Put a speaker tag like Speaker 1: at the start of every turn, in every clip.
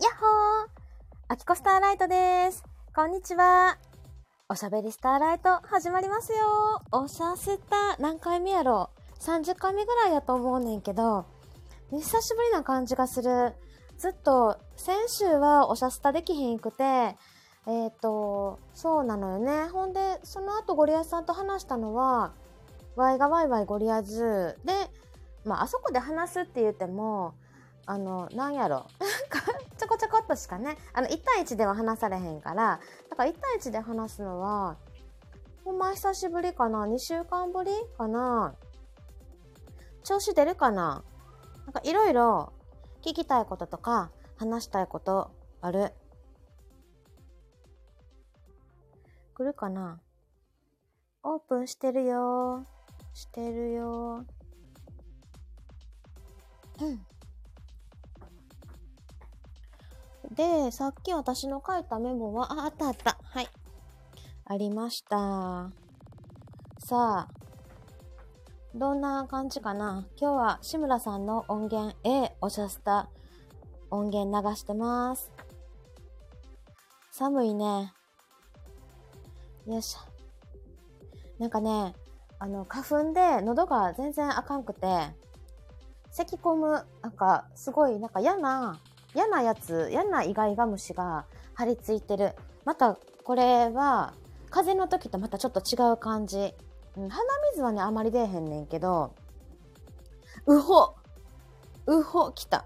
Speaker 1: やっほーアキコスターライトです。こんにちは。おしゃべりスターライト始まりますよ。おしゃスタ何回目やろ ?30 回目ぐらいやと思うねんけど、久しぶりな感じがする。ずっと、先週はおしゃスタできへんくて、えっ、と、そうなのよね。ほんで、その後ゴリアスさんと話したのは、ワイがワイワイゴリアズで、まあ、あそこで話すって言っても、あの、なんやろ。ちょこちょこっとしかね、あの、1対1では話されへんから、だから1対1で話すのは、ほんま久しぶりかな ?2 週間ぶりかな調子出るかななんかいろいろ聞きたいこととか話したいことある。来るかなオープンしてるよしてるよで、さっき私の書いたメモは、あ、あったあった。はい。ありました。さあ、どんな感じかな今日は志村さんの音源 A おしゃスタ音源流してます。寒いね。よいしょ。なんかね、あの、花粉で喉が全然あかんくて、咳込む、なんか、すごい、なんか嫌な、嫌なやつ、嫌なイガイガ虫が張り付いてる。また、これは、風邪の時とまたちょっと違う感じ。うん鼻水はね、あまり出えへんねんけど、うほうほ来た。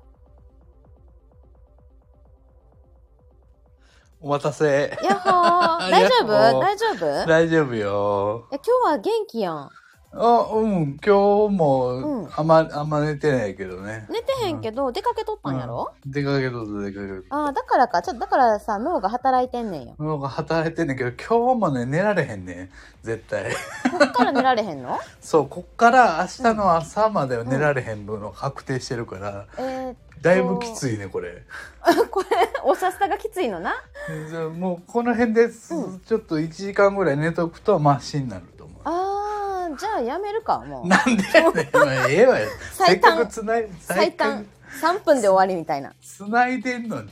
Speaker 2: お待たせ。
Speaker 1: やっほー大丈夫
Speaker 2: やっほー
Speaker 1: 大丈夫いや
Speaker 2: 大丈夫よ。
Speaker 1: 今日は元気やん。
Speaker 2: あ、うん、今日
Speaker 1: うん
Speaker 2: も、あんま、あんま寝てないけどね。
Speaker 1: 寝てへんけど、出かけとったんやろ、
Speaker 2: 出かけとった出かけとった
Speaker 1: ああ、だからか。ちょっと、だからさ、脳が働いてんねんよ。
Speaker 2: なんか働いてんねんけど、今日もね、寝られへんねん。絶対。
Speaker 1: こっから寝られへんの
Speaker 2: そう、こっから明日の朝までは寝られへん分の確定してるから、
Speaker 1: えー、
Speaker 2: だいぶきついね、これ。
Speaker 1: これ、おさすがきついのな。
Speaker 2: じゃあもうこの辺です、
Speaker 1: うん
Speaker 2: ちょっと1時間ぐらい寝とくとマシになると思う。
Speaker 1: あー、じゃあやめるか、もう。
Speaker 2: なんでやねん。まあええわよ。せ
Speaker 1: 最
Speaker 2: っ
Speaker 1: 短
Speaker 2: かくつない、
Speaker 1: 最短3分で終わりみたいな。
Speaker 2: つないでんのに。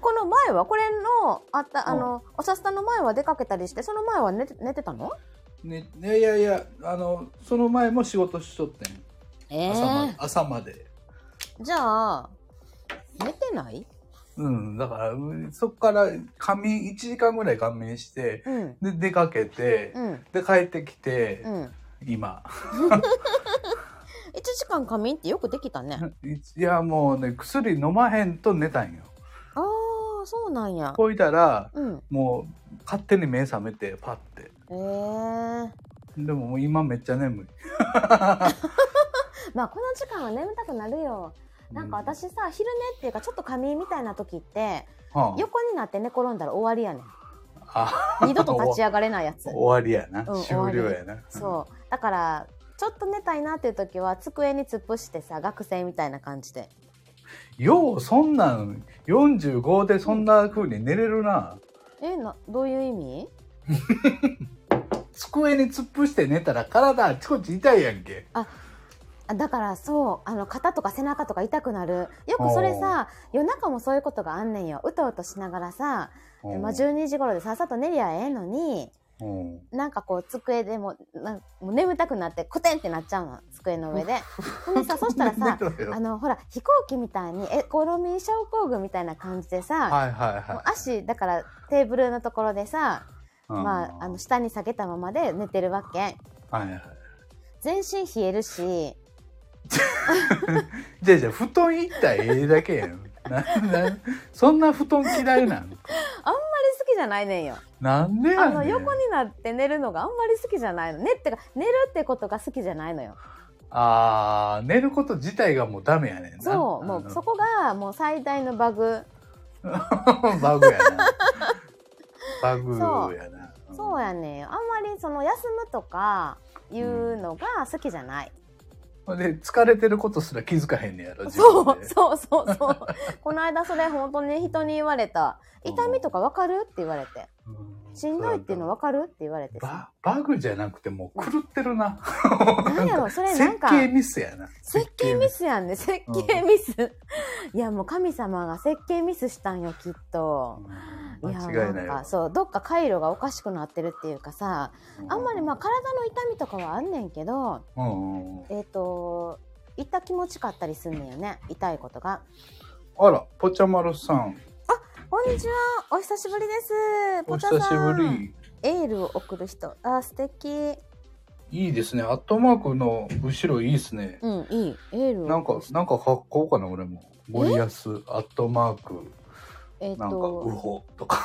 Speaker 1: この前は、これの、あった、あの、おさすたの前は出かけたりして、その前は寝て寝てたの
Speaker 2: ね、いやいやいや、あの、その前も仕事しとってん。
Speaker 1: ええ
Speaker 2: 朝まで。朝まで。
Speaker 1: じゃあ、寝てない
Speaker 2: うん、だから、うんそっから仮眠、1時間ぐらい仮眠して、
Speaker 1: うん。
Speaker 2: で、出かけて、
Speaker 1: うん。
Speaker 2: で、帰ってきて、
Speaker 1: うん。
Speaker 2: 今。
Speaker 1: 1時間仮眠ってよくできたね。
Speaker 2: いや、もうね、薬飲まへんと寝たんよ。
Speaker 1: あー、そうなんや。
Speaker 2: こいたら、
Speaker 1: うん。
Speaker 2: もう、勝手に目覚めて、パッて。
Speaker 1: ええー。
Speaker 2: でももう今めっちゃ眠い。
Speaker 1: まあ、この時間は眠たくなるよ。なんか私さ、昼寝っていうか、ちょっと仮眠みたいな時って、
Speaker 2: うん、は
Speaker 1: 横になって寝転んだら終わりやねん。
Speaker 2: あ、
Speaker 1: 二度と立ち上がれないやつ
Speaker 2: あ。終わりやな。
Speaker 1: うん終わ
Speaker 2: 終
Speaker 1: り
Speaker 2: 了やな。
Speaker 1: そう。だから、ちょっと寝たいなっていう時は、机に突っ伏してさ、学生みたいな感じで。
Speaker 2: よう、そんなん、45でそんな風に寝れるな。
Speaker 1: え、な、どういう意味
Speaker 2: 机に突っ伏して寝たら体あちこち痛いやんけ。
Speaker 1: あだからそう、あの、肩とか背中とか痛くなる。よくそれさ、夜中もそういうことがあんねんよ。うとうとしながらさ、まあ、12時頃でさっさと寝りゃええのに、
Speaker 2: うん
Speaker 1: なんかこう机でもうなんもう眠たくなってコテンってなっちゃうの机の上で。ほんでさそしたら さ
Speaker 2: 寝ろよ
Speaker 1: あのほら飛行機みたいにエコロミー症候群みたいな感じでさ、
Speaker 2: はいはい
Speaker 1: もう
Speaker 2: は
Speaker 1: 足だからテーブルのところでさ、
Speaker 2: い。うん
Speaker 1: まあ、あの下に下げたままで寝てるわけ
Speaker 2: はいはい。
Speaker 1: 全身冷えるし
Speaker 2: じゃあじゃあ布団行ったらええだけやん。 なんなんそんな布団嫌いなん
Speaker 1: あんまり好きじゃないねんよ
Speaker 2: なんでや
Speaker 1: あ
Speaker 2: ねん。
Speaker 1: の横になって寝るのがあんまり好きじゃないの寝ってか寝るってことが好きじゃないのよ
Speaker 2: あー寝ること自体がもうダメやねんな。
Speaker 1: そうもうそこがもう最大のバグ
Speaker 2: うん。 バグやな。バグやな。ん
Speaker 1: そうやねんあんまりその休むとかいうのが好きじゃない、
Speaker 2: ほんで疲れてることすら気づかへんねやろ自
Speaker 1: そう
Speaker 2: 分で。
Speaker 1: そうそうそう この間それ本当に人に言われた痛みとかわかるって言われて
Speaker 2: うん
Speaker 1: しんどいっていうの分かるって言われてさ。
Speaker 2: ババグじゃなくてもう狂ってるな。
Speaker 1: なんやろそれなん
Speaker 2: 設
Speaker 1: か、
Speaker 2: 計ミスやな。
Speaker 1: 設計ミスやんね。設計ミス。いや、もう神様が設計ミスしたんよ、きっと。
Speaker 2: うん
Speaker 1: や
Speaker 2: 間違いない
Speaker 1: ん
Speaker 2: わ
Speaker 1: か、そう、どっか回路がおかしくなってるっていうかさ、あんまりまあ
Speaker 2: あ、
Speaker 1: 体の痛みとかはあんねんけど、
Speaker 2: うんうんうん
Speaker 1: えっ、と、痛気持ちかったりすんねんよね。痛いことが。
Speaker 2: あら、ぽちゃまるさん。
Speaker 1: こんにちは。お久しぶりです。
Speaker 2: お
Speaker 1: ポチャ
Speaker 2: 久し
Speaker 1: さん
Speaker 2: ぶり。
Speaker 1: エールを送る人。あ、素敵。
Speaker 2: いいですね。アットマークの後ろいいですね。
Speaker 1: うん、いい。エールを
Speaker 2: なんか、なんかかっこよかな、俺も。森保、アットマーク、
Speaker 1: えっ、
Speaker 2: なんか、ウ
Speaker 1: と、
Speaker 2: ホとか。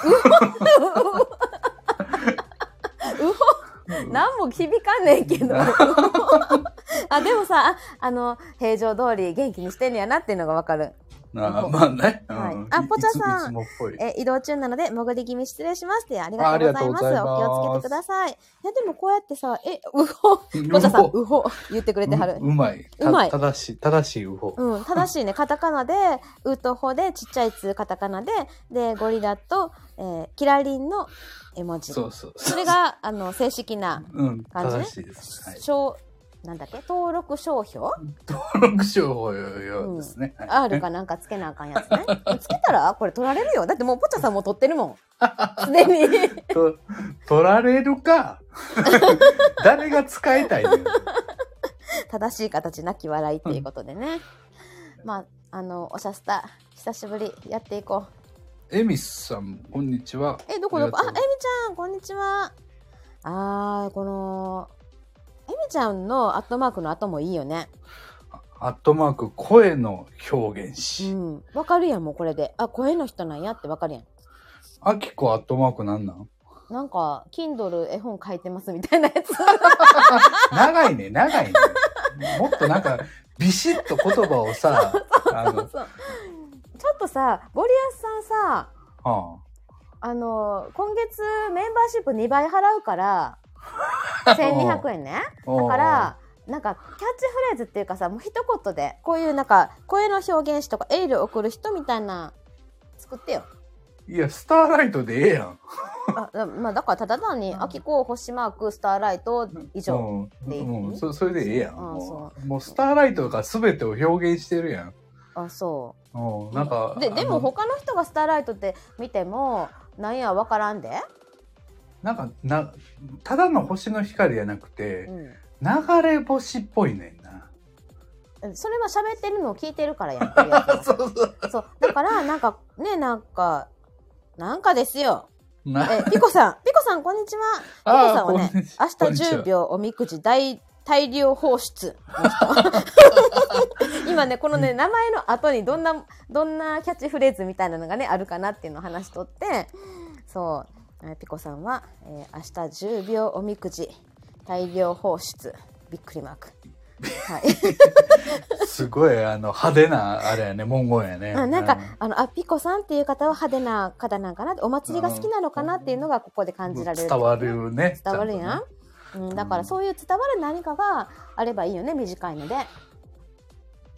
Speaker 2: うん
Speaker 1: 何も響かんねんけ ど。あ、でもさ、ああの、平常通り元気にしてんねやなっていうのがわかる。
Speaker 2: なあまあね。うん
Speaker 1: はいあぽちゃさん
Speaker 2: いついつもっぽい。
Speaker 1: え、移動中なので、潜り気味失礼しますって、ありがとうございます。
Speaker 2: あありがとうございます
Speaker 1: お気をつけてください。いや、でもこうやってさ、え、うほ、ポチャさん、
Speaker 2: う
Speaker 1: うほ、言ってくれてはる
Speaker 2: う。うまい。
Speaker 1: うまい
Speaker 2: た正しい、正しいウホ。
Speaker 1: うん、正しいね。カタカナで、ウとホで、ちっちゃいツーカタカナで、で、ゴリラと、えーキラリンの絵文字。
Speaker 2: そうそう。
Speaker 1: それが、あの、正式な、
Speaker 2: うん、
Speaker 1: 感じね
Speaker 2: 正しいです。はい。
Speaker 1: 商、なんだっけ登録商標
Speaker 2: 登録商法用ですね。はい
Speaker 1: ?R かなんかつけなあかんやつね。 つけたらこれ取られるよ。だってもうポチャさんもう取ってるも ん。すでに。
Speaker 2: と取られるか 誰が使いたいねん
Speaker 1: 正しい形なき笑いっていうことでね。まあ、あの、おしゃスタ、久しぶり、やっていこう。
Speaker 2: エミスさんこんにちは
Speaker 1: え、どこどこあ、
Speaker 2: あ
Speaker 1: え
Speaker 2: り
Speaker 1: み
Speaker 2: が
Speaker 1: ち
Speaker 2: とう
Speaker 1: ゃん、こんにちは。あー、この、えみちゃんのアットマークの後もいいよね。
Speaker 2: アットマーク声の表現
Speaker 1: う
Speaker 2: 詞
Speaker 1: ん。わかるやん、もうこれで。あ、声の人なんやってわかるやん。
Speaker 2: あきこアットマークなんなん
Speaker 1: なんか、Kindle 絵本書いてますみたいなやつ。
Speaker 2: 長いね長いねもっとなんかビシッと言葉をさあの、
Speaker 1: そうちょっとさ、ボリアスさんさ、
Speaker 2: は
Speaker 1: あの、今月メンバーシップ2倍払う から、1200円ね。
Speaker 2: あ、
Speaker 1: だから、なんか、キャッチフレーズっていうかさ、もう一言で、こういうなんか、声の表現詞とか、エールを送る人みたいな、作っ てよ。
Speaker 2: おーいやスターライトでええやん
Speaker 1: あ、だまあ、だから、ただ単に、
Speaker 2: うん
Speaker 1: あきこ、星マーク、スターライト、以上。
Speaker 2: うん
Speaker 1: でいい
Speaker 2: うん、そそれでええやん
Speaker 1: あ
Speaker 2: も
Speaker 1: そう
Speaker 2: もうスターライトが全てを表現してるやん
Speaker 1: あ、そ
Speaker 2: うん
Speaker 1: う。
Speaker 2: なんか
Speaker 1: で、でも
Speaker 2: あの
Speaker 1: 他の人がスターライトって見ても、なんや、わからんで。
Speaker 2: なんかなただの星の光じゃなくて
Speaker 1: うん。
Speaker 2: 流れ星っぽいねんな。
Speaker 1: それは喋ってるのを聞いてるからやってるやつだ
Speaker 2: そうそう。
Speaker 1: そう。だから、なんか、ね、なんか、なんかですよ。
Speaker 2: な
Speaker 1: え、ピコさん、ピコさん、こんにちは。ピコさんはね、
Speaker 2: こんにちは
Speaker 1: 明日10秒おみくじ大大量放出。 今ね、このね、名前の後にどんな、どんなキャッチフレーズみたいなのがね、あるかなっていうのを話しとって、そう、えーピコさんは、えー明日10秒おみくじ大量放出。びっくりマーク。はい。
Speaker 2: すごいあの派手なあれやね文言やね。
Speaker 1: あなんか、あの、あ、ピコさんっていう方は派手な方なんかな、お祭りが好きなのかなっていうのがここで
Speaker 2: うん
Speaker 1: 感じられる。
Speaker 2: 伝わるね。
Speaker 1: 伝わるやん、うん、だからそういう伝わる何かがあればいいよね短いので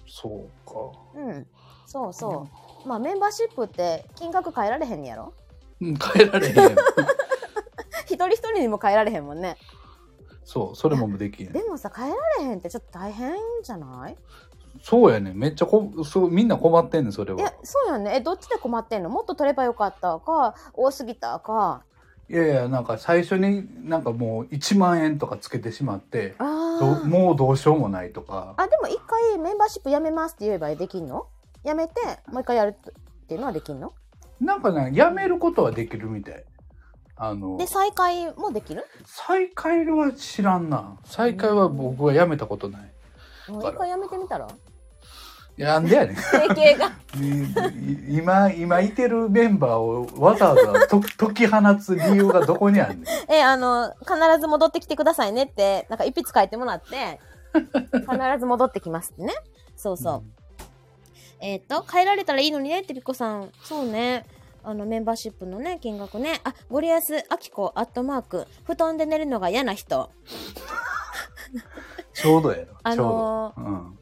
Speaker 2: そうか。
Speaker 1: うんそうそうまあメンバーシップって金額変えられへんねやろ
Speaker 2: うん変えられへん やん。
Speaker 1: 一人一人にも変えられへんもんね
Speaker 2: そうそれもできへん
Speaker 1: で。もさ変えられへんってちょっと大変じゃない
Speaker 2: そうやねめっちゃこそうみんな困ってんねんそれ
Speaker 1: いや
Speaker 2: は。
Speaker 1: そうやんねえどっちで困ってんのもっと取ればよかったか多すぎたか
Speaker 2: いやいやなんか最初になんかもう1万円とかつけてしまって
Speaker 1: あ
Speaker 2: ど
Speaker 1: ー
Speaker 2: もうどうしようもないとか。
Speaker 1: あでも一回メンバーシップやめますって言えばできんのやめてもう一回やるっていうのはできんの
Speaker 2: なんかね、やめることはできるみたい。あの
Speaker 1: で、再開もできる
Speaker 2: 再開は知らんな。再開は僕はやめたことない。
Speaker 1: もう一回やめてみたら
Speaker 2: いや、なんでやねん。
Speaker 1: 整形が
Speaker 2: いい今、今いてるメンバーをわざわざと 解き放つ理由がどこにあんねん。
Speaker 1: え、あの、必ず戻ってきてくださいねって、なんか一筆書いてもら って、必ず戻ってきますってね。そうそう。えっ、と、変えられたらいいのにねってピコさん。そうね。あの、メンバーシップのね、金額ね。あ、ゴリアス、アキコ、アットマーク。布団で寝るのが嫌な人。
Speaker 2: ちょうどやろ。
Speaker 1: あの
Speaker 2: ちょうど。うん。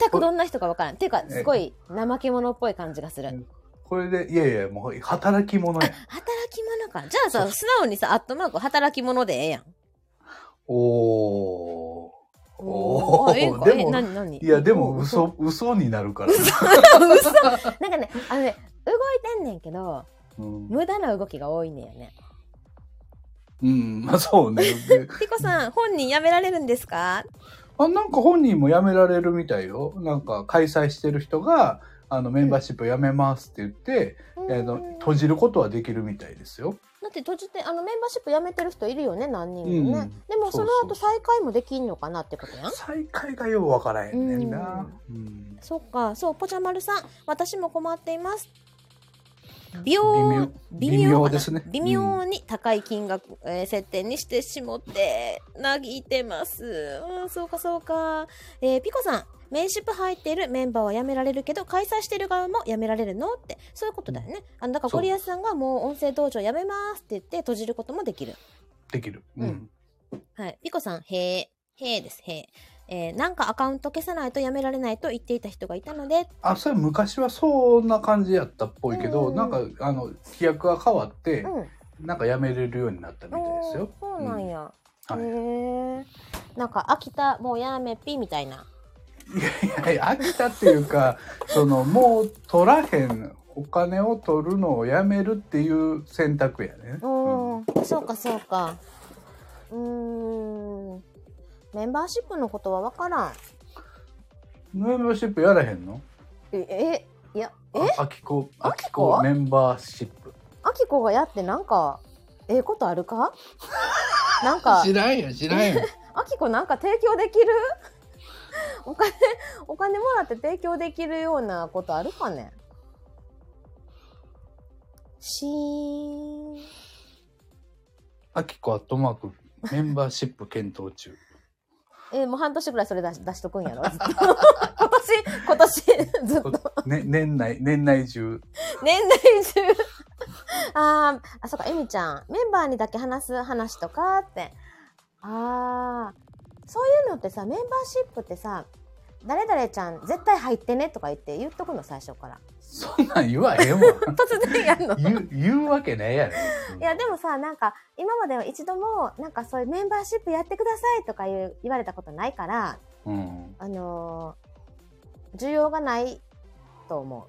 Speaker 1: 全くどんな人かわからん。っていうか、すごい怠け者っぽい感じがする。
Speaker 2: これで、いやいや、もう働き者や。
Speaker 1: 働き者か。じゃあさ、素直にさ、アットマーク働き者でええやん。
Speaker 2: おー。おー
Speaker 1: ーええんか
Speaker 2: でも
Speaker 1: え、何、何
Speaker 2: いや、で も、嘘、嘘になるから。
Speaker 1: 嘘なんかね、あのね、動いてんねんけど、
Speaker 2: うん、
Speaker 1: 無駄な動きが多いねんよね。
Speaker 2: うん、まあそうね。で
Speaker 1: ピコさん、本人辞められるんですか
Speaker 2: あなんか本人も辞められるみたいよ。なんか開催してる人が、あのメンバーシップ辞めますって言って、えーの閉じることはできるみたいですよ。
Speaker 1: だって閉じて、あの、メンバーシップ辞めてる人いるよね、何人もね。
Speaker 2: うん
Speaker 1: でも、その
Speaker 2: そ
Speaker 1: 後
Speaker 2: うそ
Speaker 1: 再開もできんのかなってことやん。
Speaker 2: 再開がようわからへんねんな。うん
Speaker 1: そっか、そう、ぽちゃまるさん、私も困っています。秒
Speaker 2: 微妙
Speaker 1: 微妙かな
Speaker 2: ですね
Speaker 1: 微妙に高い金額、えー設定にしてしもって、なぎてます。うん、そうか、そうか。えーピコさん、メンシップ入っているメンバーは辞められるけど、開催してる側も辞められるのって、そういうことだよね。あの、だから、
Speaker 2: そう
Speaker 1: ゴリアスさんがもう音声道場辞めますって言って、閉じることもできる。
Speaker 2: できる。
Speaker 1: うん
Speaker 2: うん。
Speaker 1: はい。ピコさん、へえ、へえです、へえ。えーなんかアカウント消さないと辞められないと言っていた人がいたので、
Speaker 2: あ、それ昔はそんな感じやったっぽいけ
Speaker 1: う
Speaker 2: ど、
Speaker 1: ん
Speaker 2: なんか、あの、規約が変わって、
Speaker 1: うん。
Speaker 2: なんか辞めれるようになったみたいですよ。
Speaker 1: おーそうなんや。
Speaker 2: はい
Speaker 1: へえ。なんか秋田もうやめぴみたいな。
Speaker 2: いやいや飽きたっていうか そのもう取らへんお金を取るのをやめるっていう選択やね、うん
Speaker 1: おお、そうかそうか。うーん。メンバーシップのことはわからん。
Speaker 2: メンバーシップやらへんの
Speaker 1: え、え、いや、え、
Speaker 2: あきこ
Speaker 1: あ
Speaker 2: あ
Speaker 1: き
Speaker 2: き
Speaker 1: こ
Speaker 2: こメンバーシップ
Speaker 1: あきこがやってなんか、ええことある かなんか、
Speaker 2: らんよ知らんよ
Speaker 1: あきこなんか提供できる お金、お金もらって提供できるようなことあるかねしーん。
Speaker 2: あき こアットマークメンバーシップ検討中
Speaker 1: えーもう半年ぐらいそれ出し出しとくんやろずっと今年、今年、ずっと。
Speaker 2: ね年内年内中
Speaker 1: 年内中。 あーあ、そうか、エミちゃん。メンバーにだけ話す話とかって。ああ、そういうのってさ、メンバーシップってさ、誰々ちゃん絶対入ってねとか言って言っとくの、最初から。
Speaker 2: そんなん言わ へんわ
Speaker 1: 突然やんの。
Speaker 2: 言う言うわけないやろ、うん
Speaker 1: いや、でもさ、なんか、今までは一度も、なんかそういうメンバーシップやってくださいとか言う言われたことないから、
Speaker 2: うん
Speaker 1: あのー需要がないと思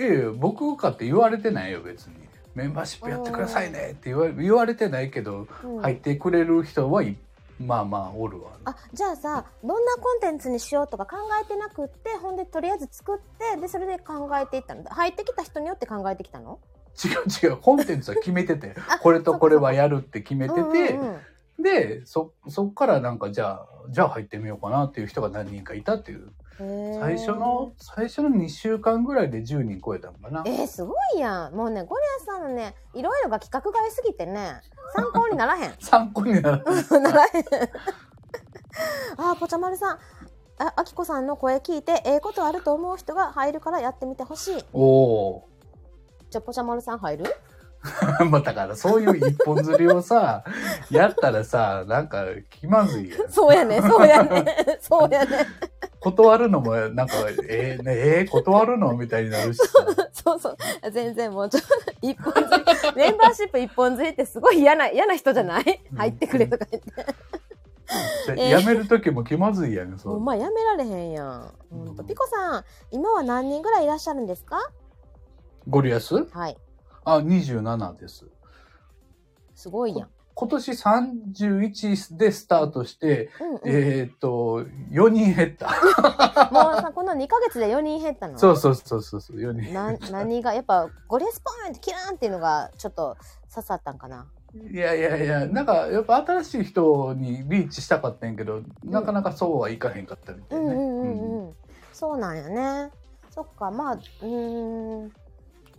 Speaker 1: う。
Speaker 2: いやいや僕かって言われてないよ別にメンバーシップやってくださいねって言わ言われてないけど
Speaker 1: うん
Speaker 2: 入ってくれる人はいまあまあおるわ、
Speaker 1: あじゃあさどんなコンテンツにしようとか考えてなくってほんでとりあえず作ってでそれで考えていったの入ってきた人によって考えてきたの
Speaker 2: 違う違うコンテンツは決めてて
Speaker 1: あ
Speaker 2: これとこれはやるって決めてて、
Speaker 1: うんうんうん
Speaker 2: でそそっからなんかじゃあじゃあ入ってみようかなっていう人が何人かいたっていう
Speaker 1: へー
Speaker 2: 最初の最初の2週間ぐらいで10人超えたのかな
Speaker 1: えー、すごいやんもうねゴリアスさんのねいろいろが企画外すぎてね参考になら へん
Speaker 2: 参考になる
Speaker 1: うんならへんあーぽちゃまるさんああきこさんの声聞いてええことあると思う人が入るからやってみてほしい
Speaker 2: おお
Speaker 1: じゃあぽちゃまるさん入る
Speaker 2: ー まあだからそういう一本釣り をさやったらさなんか気まずいやん
Speaker 1: そうやねそうや ねそうやね
Speaker 2: 断るのもなんかえー、ねえー断るのみたいになるしさ
Speaker 1: そうそう。全然もうちょっと、一本釣り。メンバーシップ一本釣りってすごい嫌な、嫌な人じゃない
Speaker 2: うん
Speaker 1: 入ってくれとか言って。
Speaker 2: じ ゃ
Speaker 1: えー
Speaker 2: やめる時も気まずいやん、そ
Speaker 1: ほん
Speaker 2: う
Speaker 1: まやめられへんやん。ほんと。
Speaker 2: うん
Speaker 1: ピコさん、今は何人ぐらいいらっしゃるんですか
Speaker 2: ゴリアス
Speaker 1: はい。
Speaker 2: あ27です
Speaker 1: すごいやん。
Speaker 2: 今年31でスタートして、
Speaker 1: うんうん。
Speaker 2: えーっと4人減った
Speaker 1: もうさ、この2ヶ月で4人減ったの。
Speaker 2: そうそうそうそうそう4人
Speaker 1: な何がやっぱゴリスポーンってキラーンっていうのがちょっと刺さったんかな。
Speaker 2: いやいやいやなんかやっぱ新しい人にリーチしたかったんやけど、なかなかそうはいかへんかったみた
Speaker 1: う
Speaker 2: い
Speaker 1: んう
Speaker 2: ね、
Speaker 1: んうん
Speaker 2: うん
Speaker 1: うん。そうなんよね。そっかまあうーん。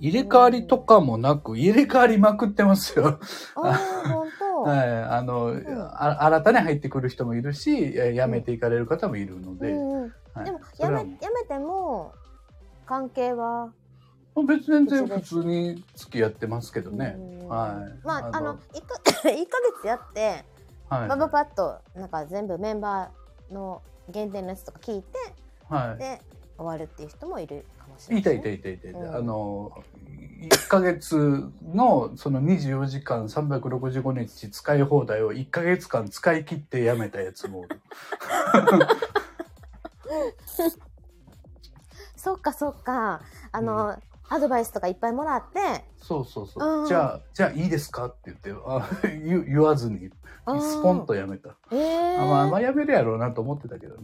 Speaker 2: 入れ替わりとかもなく入れ替わりまくってますよ
Speaker 1: ああ本当。
Speaker 2: はい、あの、
Speaker 1: ん
Speaker 2: あ新たに入ってくる人もいるし、え辞めていかれる方もいるので、
Speaker 1: うんうん
Speaker 2: はい
Speaker 1: でも
Speaker 2: そ
Speaker 1: や
Speaker 2: れ
Speaker 1: め
Speaker 2: は
Speaker 1: や
Speaker 2: も
Speaker 1: めても関係は、
Speaker 2: う別に全然普通に付き合ってますけどね。
Speaker 1: うん
Speaker 2: はい
Speaker 1: まああ
Speaker 2: あの
Speaker 1: の一か 一ヶ月やって
Speaker 2: はい。
Speaker 1: バババッとなんか全部メンバーの限定のやつとか聞いて
Speaker 2: はい。
Speaker 1: で終わるっていう人もいるかもし
Speaker 2: いたいた
Speaker 1: い
Speaker 2: いたいたいた、
Speaker 1: うん
Speaker 2: あの1ヶ月のその24時間365日使い放題を1ヶ月間使い切ってやめたやつもお る
Speaker 1: そっかそっかあの、アドバイスとかいっぱいもらって
Speaker 2: そうそうそう、
Speaker 1: うん
Speaker 2: じゃあじゃあいいですかって言ってあ言言わずに
Speaker 1: うん
Speaker 2: スポンとやめた、
Speaker 1: ええ
Speaker 2: あまあまあやめるやろうなと思ってたけどね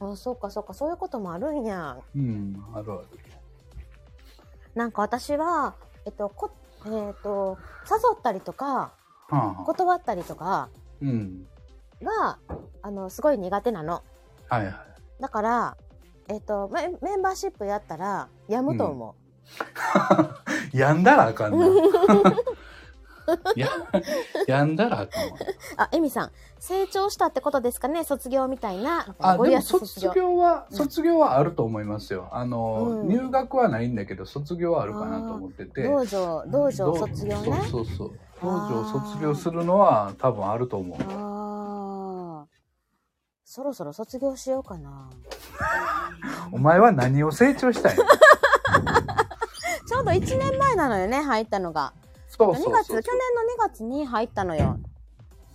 Speaker 1: あそうかそうかそういうこともあるんや
Speaker 2: うんあるある
Speaker 1: なんか私はえっとこえっと誘ったりとか
Speaker 2: はあ、
Speaker 1: 断ったりとか
Speaker 2: うん
Speaker 1: があのすごい苦手なの
Speaker 2: はいはい
Speaker 1: だからえっとメメンバーシップやったらやむと思
Speaker 2: やんだらあか んな。 ややんだらあかんわ。
Speaker 1: う、あエミさん成長したってことですかね卒業みたいな
Speaker 2: あ、
Speaker 1: ゴリ
Speaker 2: で
Speaker 1: ア
Speaker 2: も
Speaker 1: ス
Speaker 2: 卒業は、卒業はあると思いますよ。あの、
Speaker 1: うん
Speaker 2: 入学はないんだけど、卒業はあるかなと思ってて。
Speaker 1: 道場道場卒業ね
Speaker 2: そうそうそう。道
Speaker 1: あー
Speaker 2: 場卒業するのは多分あると思う。
Speaker 1: ああそろそろ卒業しようかな
Speaker 2: お前は何を成長 したいの
Speaker 1: ちょうど1年前なのよね入ったのが
Speaker 2: そう
Speaker 1: 2
Speaker 2: そう
Speaker 1: 月
Speaker 2: そうそう
Speaker 1: 去。年の2月に入ったのよ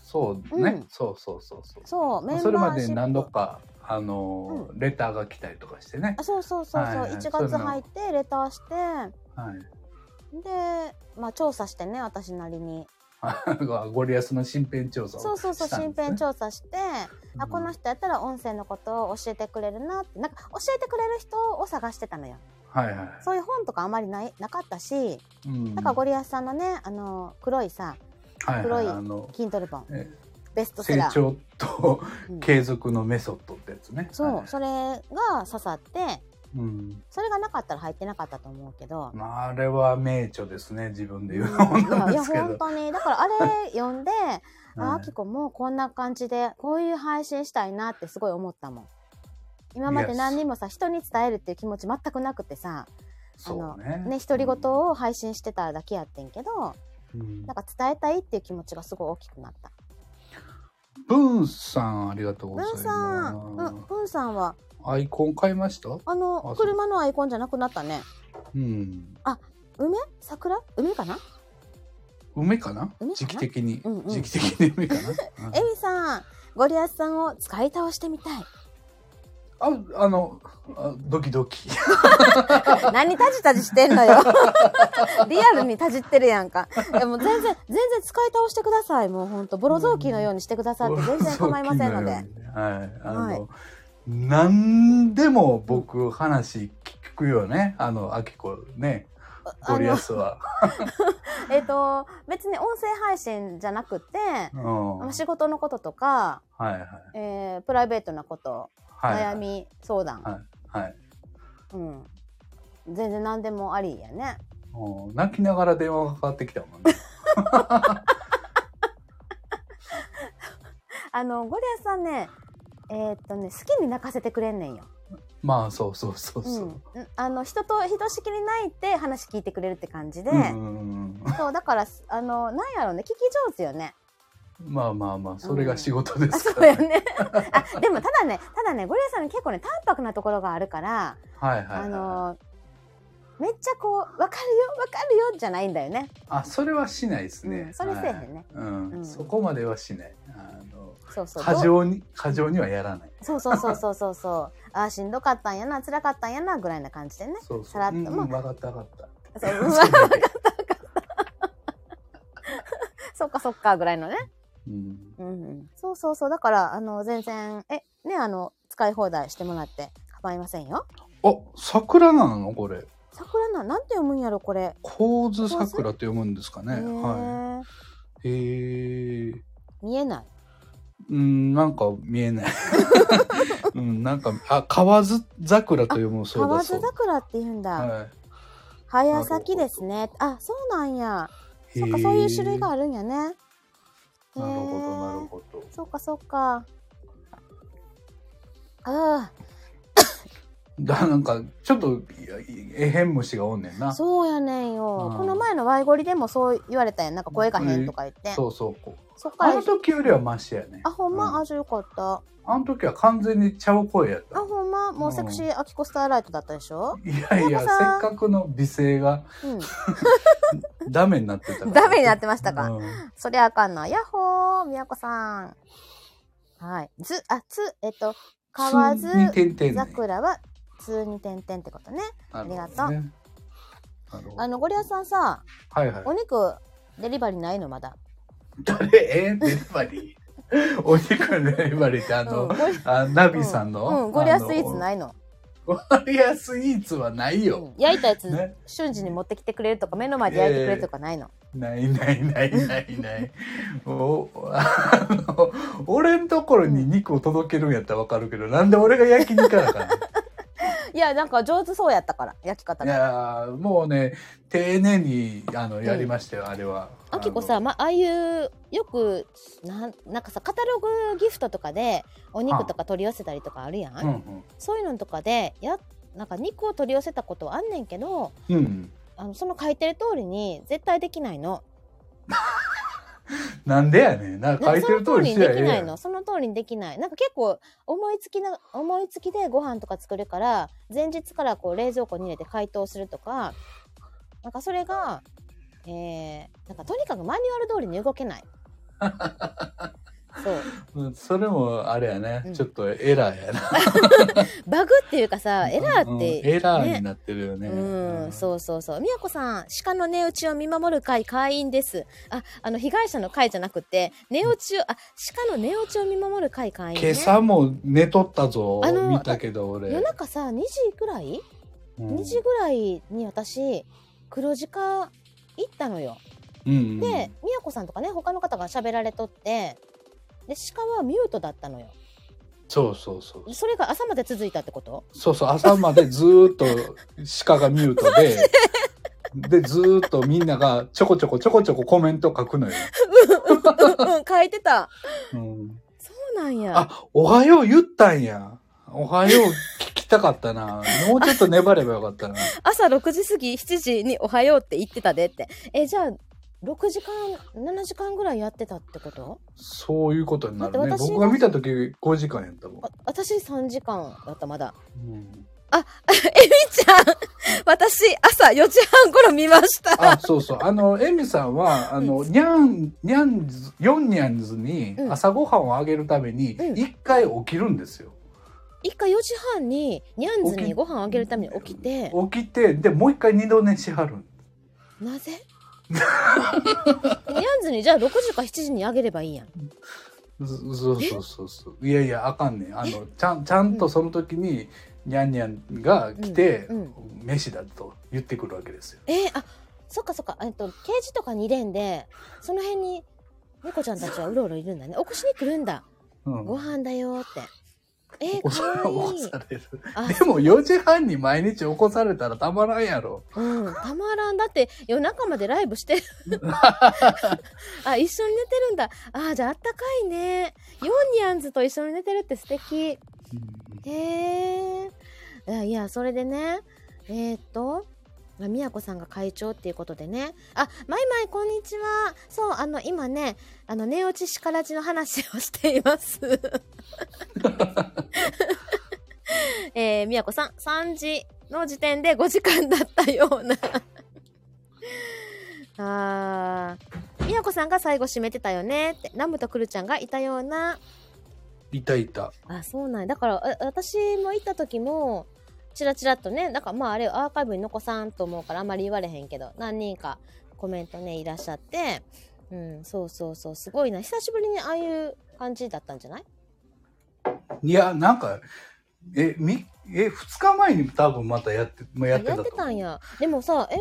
Speaker 2: そうね、
Speaker 1: うん
Speaker 2: そうそうそうそう。
Speaker 1: そうメンバーシップ
Speaker 2: それまで何度か、あの、レターが来たりとかしてね
Speaker 1: あ。そうそうそうそう、
Speaker 2: はいはい
Speaker 1: 1
Speaker 2: そういう
Speaker 1: 月
Speaker 2: の
Speaker 1: 入ってレターして
Speaker 2: はい。
Speaker 1: でまあ調査してね私なりに
Speaker 2: あゴリアスの身辺調査を
Speaker 1: そうそうそう
Speaker 2: したん
Speaker 1: 身
Speaker 2: ですね
Speaker 1: 辺調査して、
Speaker 2: うん
Speaker 1: あこの人やったら温泉のことを教えてくれるなってなんか教えてくれる人を探してたのよ
Speaker 2: はいはい。
Speaker 1: そういう本とかあまりないなかったし
Speaker 2: うん
Speaker 1: だからゴリアスさんのねあの黒いさ
Speaker 2: はい
Speaker 1: 黒い
Speaker 2: あの
Speaker 1: Kindle 本
Speaker 2: え
Speaker 1: ベストセ
Speaker 2: 成
Speaker 1: ラー、
Speaker 2: 長と
Speaker 1: うん
Speaker 2: 継続のメソッドってやつね。
Speaker 1: そ
Speaker 2: は
Speaker 1: う
Speaker 2: い
Speaker 1: それが刺さって
Speaker 2: うん、
Speaker 1: それがなかったら入ってなかったと思うけど、
Speaker 2: まああれは名著ですね自分で
Speaker 1: い
Speaker 2: 言うのもな
Speaker 1: や
Speaker 2: ん
Speaker 1: い
Speaker 2: で
Speaker 1: や
Speaker 2: すけど。
Speaker 1: 本当にだからあれ読んであ
Speaker 2: は
Speaker 1: あ
Speaker 2: い
Speaker 1: きこもこんな感じでこういう配信したいなってすごい思ったもん今まで何にもさ人に伝えるっていう気持ち全くなくてさ
Speaker 2: そうね。
Speaker 1: ね独り言を配信してただけやってんけど
Speaker 2: うん
Speaker 1: なんか伝えたいっていう気持ちがすごい大きくなった
Speaker 2: ブンさんありがとうご
Speaker 1: ブ
Speaker 2: ざい
Speaker 1: ン
Speaker 2: ます。
Speaker 1: さんうんブンさんは
Speaker 2: アイコン買いました？
Speaker 1: あ
Speaker 2: あそ
Speaker 1: の
Speaker 2: う
Speaker 1: 車のアイコンじゃなくなったね
Speaker 2: うん。
Speaker 1: 梅桜梅かな
Speaker 2: 梅かな？
Speaker 1: 梅かな
Speaker 2: 時期的に、
Speaker 1: うんうん。
Speaker 2: 時期的に梅かな
Speaker 1: エミさんゴリアスさんを使い倒してみたい
Speaker 2: ああのあドキドキ。
Speaker 1: 何タジタジしてんのよ リアルにタジってるやんかいやもう全然全然使い倒してくださいもうほんとボロ雑巾のようにしてくださって全然構いませんので
Speaker 2: はい。あの、
Speaker 1: はい
Speaker 2: 何でも僕話聞くよね。あの、あきこね、ゴ
Speaker 1: あ
Speaker 2: リア
Speaker 1: の
Speaker 2: スは。
Speaker 1: えっ、と別に音声配信じゃなくて
Speaker 2: うん。はい
Speaker 1: 仕事のこととか、
Speaker 2: はい。
Speaker 1: えープライベートなこと
Speaker 2: はい。
Speaker 1: 悩み相談、
Speaker 2: はい。はい。
Speaker 1: うん全然何でもありやね
Speaker 2: うん泣きながら電話がかかってきた もんね。
Speaker 1: あのゴリアスさんねえーっとね好きに泣かせてくれんねんよ
Speaker 2: まあ、そうそうそう
Speaker 1: う
Speaker 2: そ
Speaker 1: ん
Speaker 2: う。、
Speaker 1: あの人とひとしきり泣いて話聞いてくれるって感じで、
Speaker 2: うんうんうん
Speaker 1: そうだからあのなんやろうね聞き上手よ ね
Speaker 2: まあまあまあ、それが仕事で
Speaker 1: あ
Speaker 2: す
Speaker 1: そ
Speaker 2: か
Speaker 1: う
Speaker 2: ら
Speaker 1: や
Speaker 2: ね。
Speaker 1: ねあでもただねただねゴリラさん結構ね淡白なところがあるから、
Speaker 2: はいはい
Speaker 1: あ
Speaker 2: は
Speaker 1: のめっちゃこう「分かるよ分かるよ」じゃないんだよね、
Speaker 2: い。あ、それはしないです
Speaker 1: う
Speaker 2: ね
Speaker 1: ん。それせえへんね、
Speaker 2: はいう
Speaker 1: うん
Speaker 2: ん。そこまではしない。あの、
Speaker 1: そうそう
Speaker 2: 過
Speaker 1: どう
Speaker 2: 剰に、過剰にはやらない。
Speaker 1: そうそうそうそうそうそうあーしんどかったんやな辛かったんやなぐらいな感じでね
Speaker 2: そうそ
Speaker 1: さ
Speaker 2: う。
Speaker 1: らっ
Speaker 2: う
Speaker 1: と
Speaker 2: ん
Speaker 1: ま
Speaker 2: う
Speaker 1: あ
Speaker 2: ん、わかったわかっ た。
Speaker 1: そう
Speaker 2: そううんそう
Speaker 1: そっかそっかぐらいのね、
Speaker 2: うん
Speaker 1: うんうん、そうそうそうだからあの全然えねあの使い放題してもらって構いませんよ
Speaker 2: あ、桜なのこれ。
Speaker 1: 桜ななんて読むんやろこれ
Speaker 2: 構図桜って読むんですかね。
Speaker 1: へー
Speaker 2: はへえー。
Speaker 1: 見えない
Speaker 2: うん、なんか見えない。 うん、なんか、あ、河津桜と読むそう
Speaker 1: 河
Speaker 2: だ
Speaker 1: 津
Speaker 2: そうだ。
Speaker 1: 桜って言うんだ、
Speaker 2: は
Speaker 1: 早咲きですねあそうなんや
Speaker 2: い。
Speaker 1: そっ
Speaker 2: へ
Speaker 1: か
Speaker 2: ー
Speaker 1: そういう種類があるんやねなる
Speaker 2: なるほど、なるほど。
Speaker 1: そうかそうかああ
Speaker 2: だなんかちょっといやいえへん虫がおんねんな。
Speaker 1: そうやねんよ、
Speaker 2: うん
Speaker 1: この前のワイゴリでもそう言われたやんなんか声が変とか言って、
Speaker 2: そうそうこう
Speaker 1: そっか
Speaker 2: あ
Speaker 1: ら
Speaker 2: の時よりはマシやね。
Speaker 1: あほんま、
Speaker 2: う
Speaker 1: あじゃよかった
Speaker 2: あの時は完全にちゃう声やっ
Speaker 1: あ
Speaker 2: た。
Speaker 1: ほんまもうセクシーアキコスターライトだったでしょ、
Speaker 2: いやいや
Speaker 1: な
Speaker 2: せ
Speaker 1: ん
Speaker 2: っ
Speaker 1: かさ
Speaker 2: かくの美声が
Speaker 1: う
Speaker 2: ダメになってたから。
Speaker 1: ん、ダメになってましたか、
Speaker 2: うん
Speaker 1: そりゃあかんなやっほーみやこさんはいずあつえっと河津
Speaker 2: 普通に点々ね
Speaker 1: 桜は通に点々ってことね
Speaker 2: なるほどね
Speaker 1: ありがとう
Speaker 2: なるほど
Speaker 1: あのゴリアスさんさ
Speaker 2: はいはい
Speaker 1: お。肉デリバリーないのまだ
Speaker 2: 誰 えーデリバリー。 お肉のデリバリーってあ
Speaker 1: う
Speaker 2: の
Speaker 1: ん、ゴリ
Speaker 2: あナビさんの、
Speaker 1: うん、ゴリアスイーツ
Speaker 2: い。
Speaker 1: ないの、
Speaker 2: ゴリアスイーツはないよ。
Speaker 1: うん焼いたやつ、
Speaker 2: ね
Speaker 1: 瞬時に持ってきてくれるとか目の前で焼いてくれるとかないの、
Speaker 2: ないないないない ない。おあの俺のところに肉を届けるんやったらわかるけど、なんで俺が焼き肉やからか
Speaker 1: いやなんか上手そうやったから焼き方
Speaker 2: な。い
Speaker 1: が
Speaker 2: やーもうね丁寧にあのやりましたよ、あれは。
Speaker 1: あきこ
Speaker 2: あ
Speaker 1: さ、
Speaker 2: の
Speaker 1: まああいうよくなんなんかさカタログギフトとかでお肉とか取り寄せたりとかあるやん、
Speaker 2: うん
Speaker 1: そういうのとかでやなんか肉を取り寄せたことはあんねんけど
Speaker 2: うんうん。
Speaker 1: あのその書いてる通りに絶対できないの
Speaker 2: なんでやねん。なんか書いてる通
Speaker 1: そ
Speaker 2: りして
Speaker 1: の
Speaker 2: や
Speaker 1: 通り
Speaker 2: ええ
Speaker 1: にできな
Speaker 2: や
Speaker 1: い
Speaker 2: ん
Speaker 1: のその通りにできないなんか結構思いつきな思いつきでご飯とか作るから前日からこう冷蔵庫に入れて解凍するとかなんかそれがえー、なんかとにかくマニュアル通りに動けないそう
Speaker 2: うんそれもあれやね、
Speaker 1: うん
Speaker 2: ちょっとエラーやな。
Speaker 1: バグっていうかさエラーって、
Speaker 2: うんエラーになってるよね。
Speaker 1: うん、そうそうそう。みやこさん、鹿の値打ちを見守る会会員です。あ、あの、被害者の会じゃなくて、値打ちを、あ、鹿の値打ちを見守る会会員、ね。
Speaker 2: 今朝も寝とったぞ
Speaker 1: あの
Speaker 2: 見たけど俺
Speaker 1: 夜中さ、2時ぐらい、
Speaker 2: うん
Speaker 1: ?2 時ぐらいに私、黒字化行ったのよ。
Speaker 2: うんうん、
Speaker 1: で、みやこさんとかね、他の方が喋られとって、で、鹿はミュートだったのよ。
Speaker 2: そうそうそう
Speaker 1: それが朝まで続いたって こと
Speaker 2: そうそう朝までずーっと鹿がミュートで でずーっとみんながちょこちょこちょこちょこコメント書くのよ、
Speaker 1: うんうん、書いてた。
Speaker 2: うん、
Speaker 1: そうなんや。
Speaker 2: あおはよう言ったんやおはよう聞きたかったなもうちょっと粘ればよかったな
Speaker 1: 朝6時過ぎ7時に「おはよう」って言ってたでってえじゃあ6時間7時間ぐらいやってたってこと
Speaker 2: そういうことになる
Speaker 1: だ
Speaker 2: ね
Speaker 1: って私が
Speaker 2: 僕が見た時5時間やったもん
Speaker 1: あ、私3時間だった まだ
Speaker 2: うん、
Speaker 1: えみちゃん私朝4時半頃見ました
Speaker 2: あ、そうそう。あの、エミさんは、あの、ニャン、ニャンズ、ヨンニャンズに
Speaker 1: うん
Speaker 2: 朝ごはんをあげるために
Speaker 1: うん、
Speaker 2: 一回起きるんですよ。
Speaker 1: 一回4時半にニャンズ
Speaker 2: 起
Speaker 1: に
Speaker 2: き
Speaker 1: ご飯あげるために起きて
Speaker 2: 起きて、で、もう一回二度寝しはるん。
Speaker 1: なぜ ニャンズにじゃあ6時か7時にあげればいいやん
Speaker 2: ずそうそうそうそう。いやいや、あかんねん。あの、ちゃん、ちゃんとその時に、ニャンニャンが来て
Speaker 1: うん、
Speaker 2: 飯だと言ってくるわけですよ。
Speaker 1: えーあそっかそっかえっとケージとかに入れんでその辺に猫ちゃんたちはうろうろいるんだね起こしに来るんだ
Speaker 2: うん。
Speaker 1: ご飯だよーって。え
Speaker 2: 起
Speaker 1: ー、
Speaker 2: こさ
Speaker 1: かわい
Speaker 2: 起
Speaker 1: い
Speaker 2: こ。される。
Speaker 1: あ、
Speaker 2: でも4時半に毎日起こされたらたまらんやろ。
Speaker 1: うん、たまらん。だって夜中までライブ してる。あ、一緒に寝てるんだ。あ、じゃああったかいね。ヨンニャンズと一緒に寝てるって素敵。
Speaker 2: うん
Speaker 1: へえ。いやいや、それでね、えー、っと、まみやこさんが会長っていうことでね。あ、まいまい、こんにちは。そう、あの、今ね、あの、寝落ちしからじの話をしています。えー、みやこさん、3時の時点で5時間だったような。あー。みやこさんが最後締めてたよねって、ナムとクルちゃんがいたような。
Speaker 2: いたいた。
Speaker 1: あそうなんやだからあ私も行った時もチラチラっとねなんかまああれアーカイブに残さんと思うからあんまり言われへんけど何人かコメントねいらっしゃってうんそうそうそうすごいな久しぶりにああいう感じだったんじゃない
Speaker 2: いや、なんか、え、み、え、二日前に多分またやって、もうや
Speaker 1: や
Speaker 2: っ
Speaker 1: って
Speaker 2: たと思う。
Speaker 1: てたんやでもさえ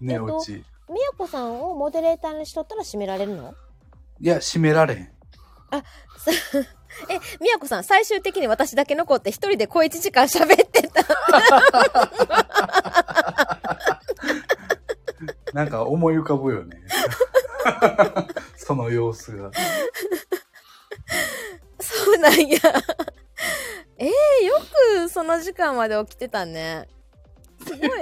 Speaker 2: 寝落ち。
Speaker 1: みやこさんをモデレーターにしとったら締められるの
Speaker 2: いや、閉められへん。
Speaker 1: えみやこさん最終的に私だけ残って一人で小1時間喋ってた
Speaker 2: なんか思い浮かぶ よね。その様子が。
Speaker 1: そうなんやえー、よくそその時間まで起きてたね。すごい。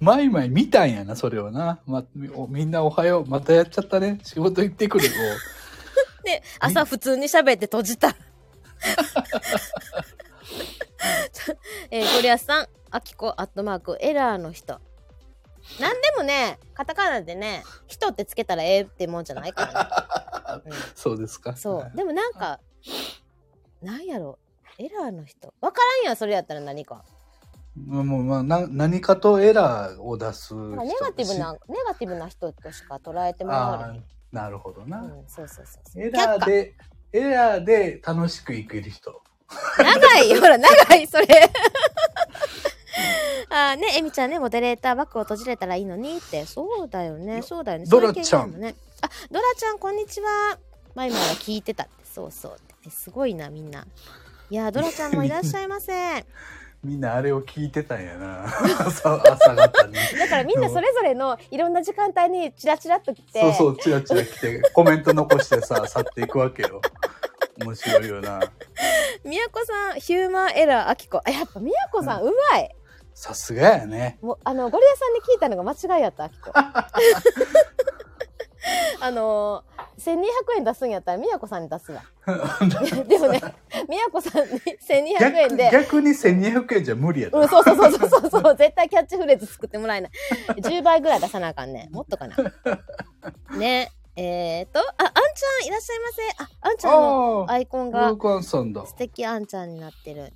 Speaker 2: マイマイ見たんやな、それをな。ま、おみんなおはよう。またやっちゃったね。仕事行ってくる。
Speaker 1: で、朝普通に喋って閉じ た。えーゴリアスさん、アキコアットマーク、エラーの人。なんでもね、カタカナでね、人ってつけたらええってもんじゃない からね。うん
Speaker 2: そうですか。
Speaker 1: そう。でもなんか、なんやろ。エラーの人。わからんやん、それやったら何か。
Speaker 2: まあもう、まあ、な、何かとエラーを出す人。
Speaker 1: なんかネガティブな、ネガティブな人としか捉えてもらわ
Speaker 2: あ
Speaker 1: れへん。
Speaker 2: ーなるほどな。
Speaker 1: うん、そうそうそうそう。
Speaker 2: エラーで、エラーで楽しくいける人。
Speaker 1: 却下長いほら、長いそれ あーね、えみちゃんね、モデレーターバッグを閉じれたらいいのにって。そうだよね、そうだよね。
Speaker 2: ドラちゃん
Speaker 1: そういう経験もね、あ、ドラちゃん、こんにちは。前々は聞いてたって。そうそう。えすごいな、みんな。いやー、ドラちゃんもいらっしゃいませ。
Speaker 2: みんなあれを聞いてたんやな。 朝、朝方に。
Speaker 1: だからみんなそれぞれのいろんな時間帯にチラチラっと来て。
Speaker 2: そうそう、チラチラ来て、コメント残してさ、去っていくわけよ。面白いよな。
Speaker 1: みやこさん、ヒューマンエラー、あきこ。あやっぱみやこさん、うまい。
Speaker 2: さすがやね。
Speaker 1: もう、あの、ゴリアさんに聞いたのが間違いやった、あき こ。あのー、1200円出すんやったら、みやこさんに出 すわ。でもね、みやこさんに1200
Speaker 2: 逆
Speaker 1: 円で、
Speaker 2: 逆に1200円じゃ無理やった。
Speaker 1: うん、そうそうそうそうそうそう、絶対キャッチフレーズ作ってもらえない。10倍ぐらい出さなあかんね。もっとかな。ね。えーと、あ、あんちゃんいらっしゃいませ。あ、あんちゃんの
Speaker 2: ああ、
Speaker 1: アイコンが
Speaker 2: ルー。カンさんだ。
Speaker 1: 素敵あんちゃんになってる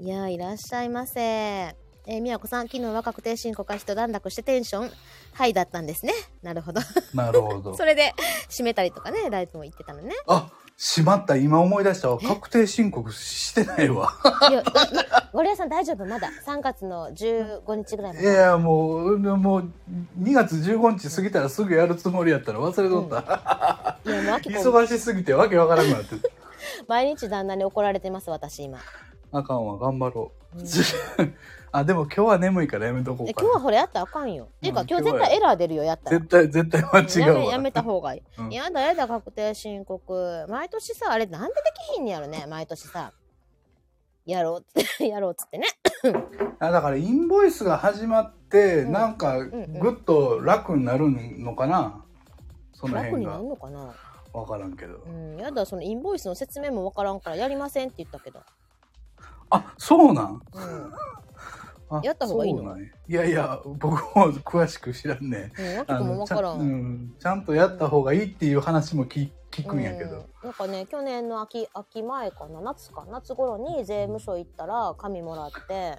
Speaker 1: いやーいらっしゃいませえー、みやこさん昨日は確定申告が一段落してテンションはいだったんですねなるほど
Speaker 2: なるほど
Speaker 1: そ。れで締めたりとかねライブも言ってたの ね
Speaker 2: あ、しまった。今思い出したわ。確定申告してないわ。
Speaker 1: いや、ま、ゴリラさん大丈夫まだ3月の15日ぐらいま
Speaker 2: い
Speaker 1: で
Speaker 2: やもう、もう、2月15日過ぎたらすぐやるつもりやったら忘れとった。
Speaker 1: いやもうあきこ
Speaker 2: 忙しすぎてわけわからなくなってた。
Speaker 1: 毎日旦那に怒られてます私今
Speaker 2: あかんわ、頑張ろう。
Speaker 1: うん
Speaker 2: あ、でも今日は眠いからやめとこ
Speaker 1: え
Speaker 2: う
Speaker 1: 今
Speaker 2: か
Speaker 1: 日
Speaker 2: な。
Speaker 1: はこれやったらあかんよ、っていうか
Speaker 2: うん
Speaker 1: 今日絶
Speaker 2: 今日は
Speaker 1: 対エラー出るよやったら
Speaker 2: 絶対、絶対間違
Speaker 1: や
Speaker 2: う
Speaker 1: め
Speaker 2: わ。
Speaker 1: やめた方がいい、
Speaker 2: うん
Speaker 1: やだやだ確定申告毎年さあれなんでできひんねやろね毎年さやろうっつって やろうっつってね
Speaker 2: あだからインボイスが始まって、
Speaker 1: うん
Speaker 2: なんか
Speaker 1: んうん
Speaker 2: ぐっと楽になるのかな、その
Speaker 1: 楽
Speaker 2: 辺
Speaker 1: にな
Speaker 2: が
Speaker 1: るのかな
Speaker 2: 分からんけど、
Speaker 1: うんやだそのインボイスの説明もわからんからやりませんって言ったけど、
Speaker 2: あそうなん
Speaker 1: うん
Speaker 2: あ
Speaker 1: やった方がいいの
Speaker 2: そうなんやいやいや僕も詳しく知らんね
Speaker 1: うん、わけ
Speaker 2: あ
Speaker 1: も
Speaker 2: の
Speaker 1: わ
Speaker 2: ちゃ
Speaker 1: からん、
Speaker 2: う
Speaker 1: うん
Speaker 2: んちゃんとやった方がいいっていう話も聞聞くんやけど、
Speaker 1: なんかね去年の秋秋前かな夏か夏頃に税務署行ったら紙もらって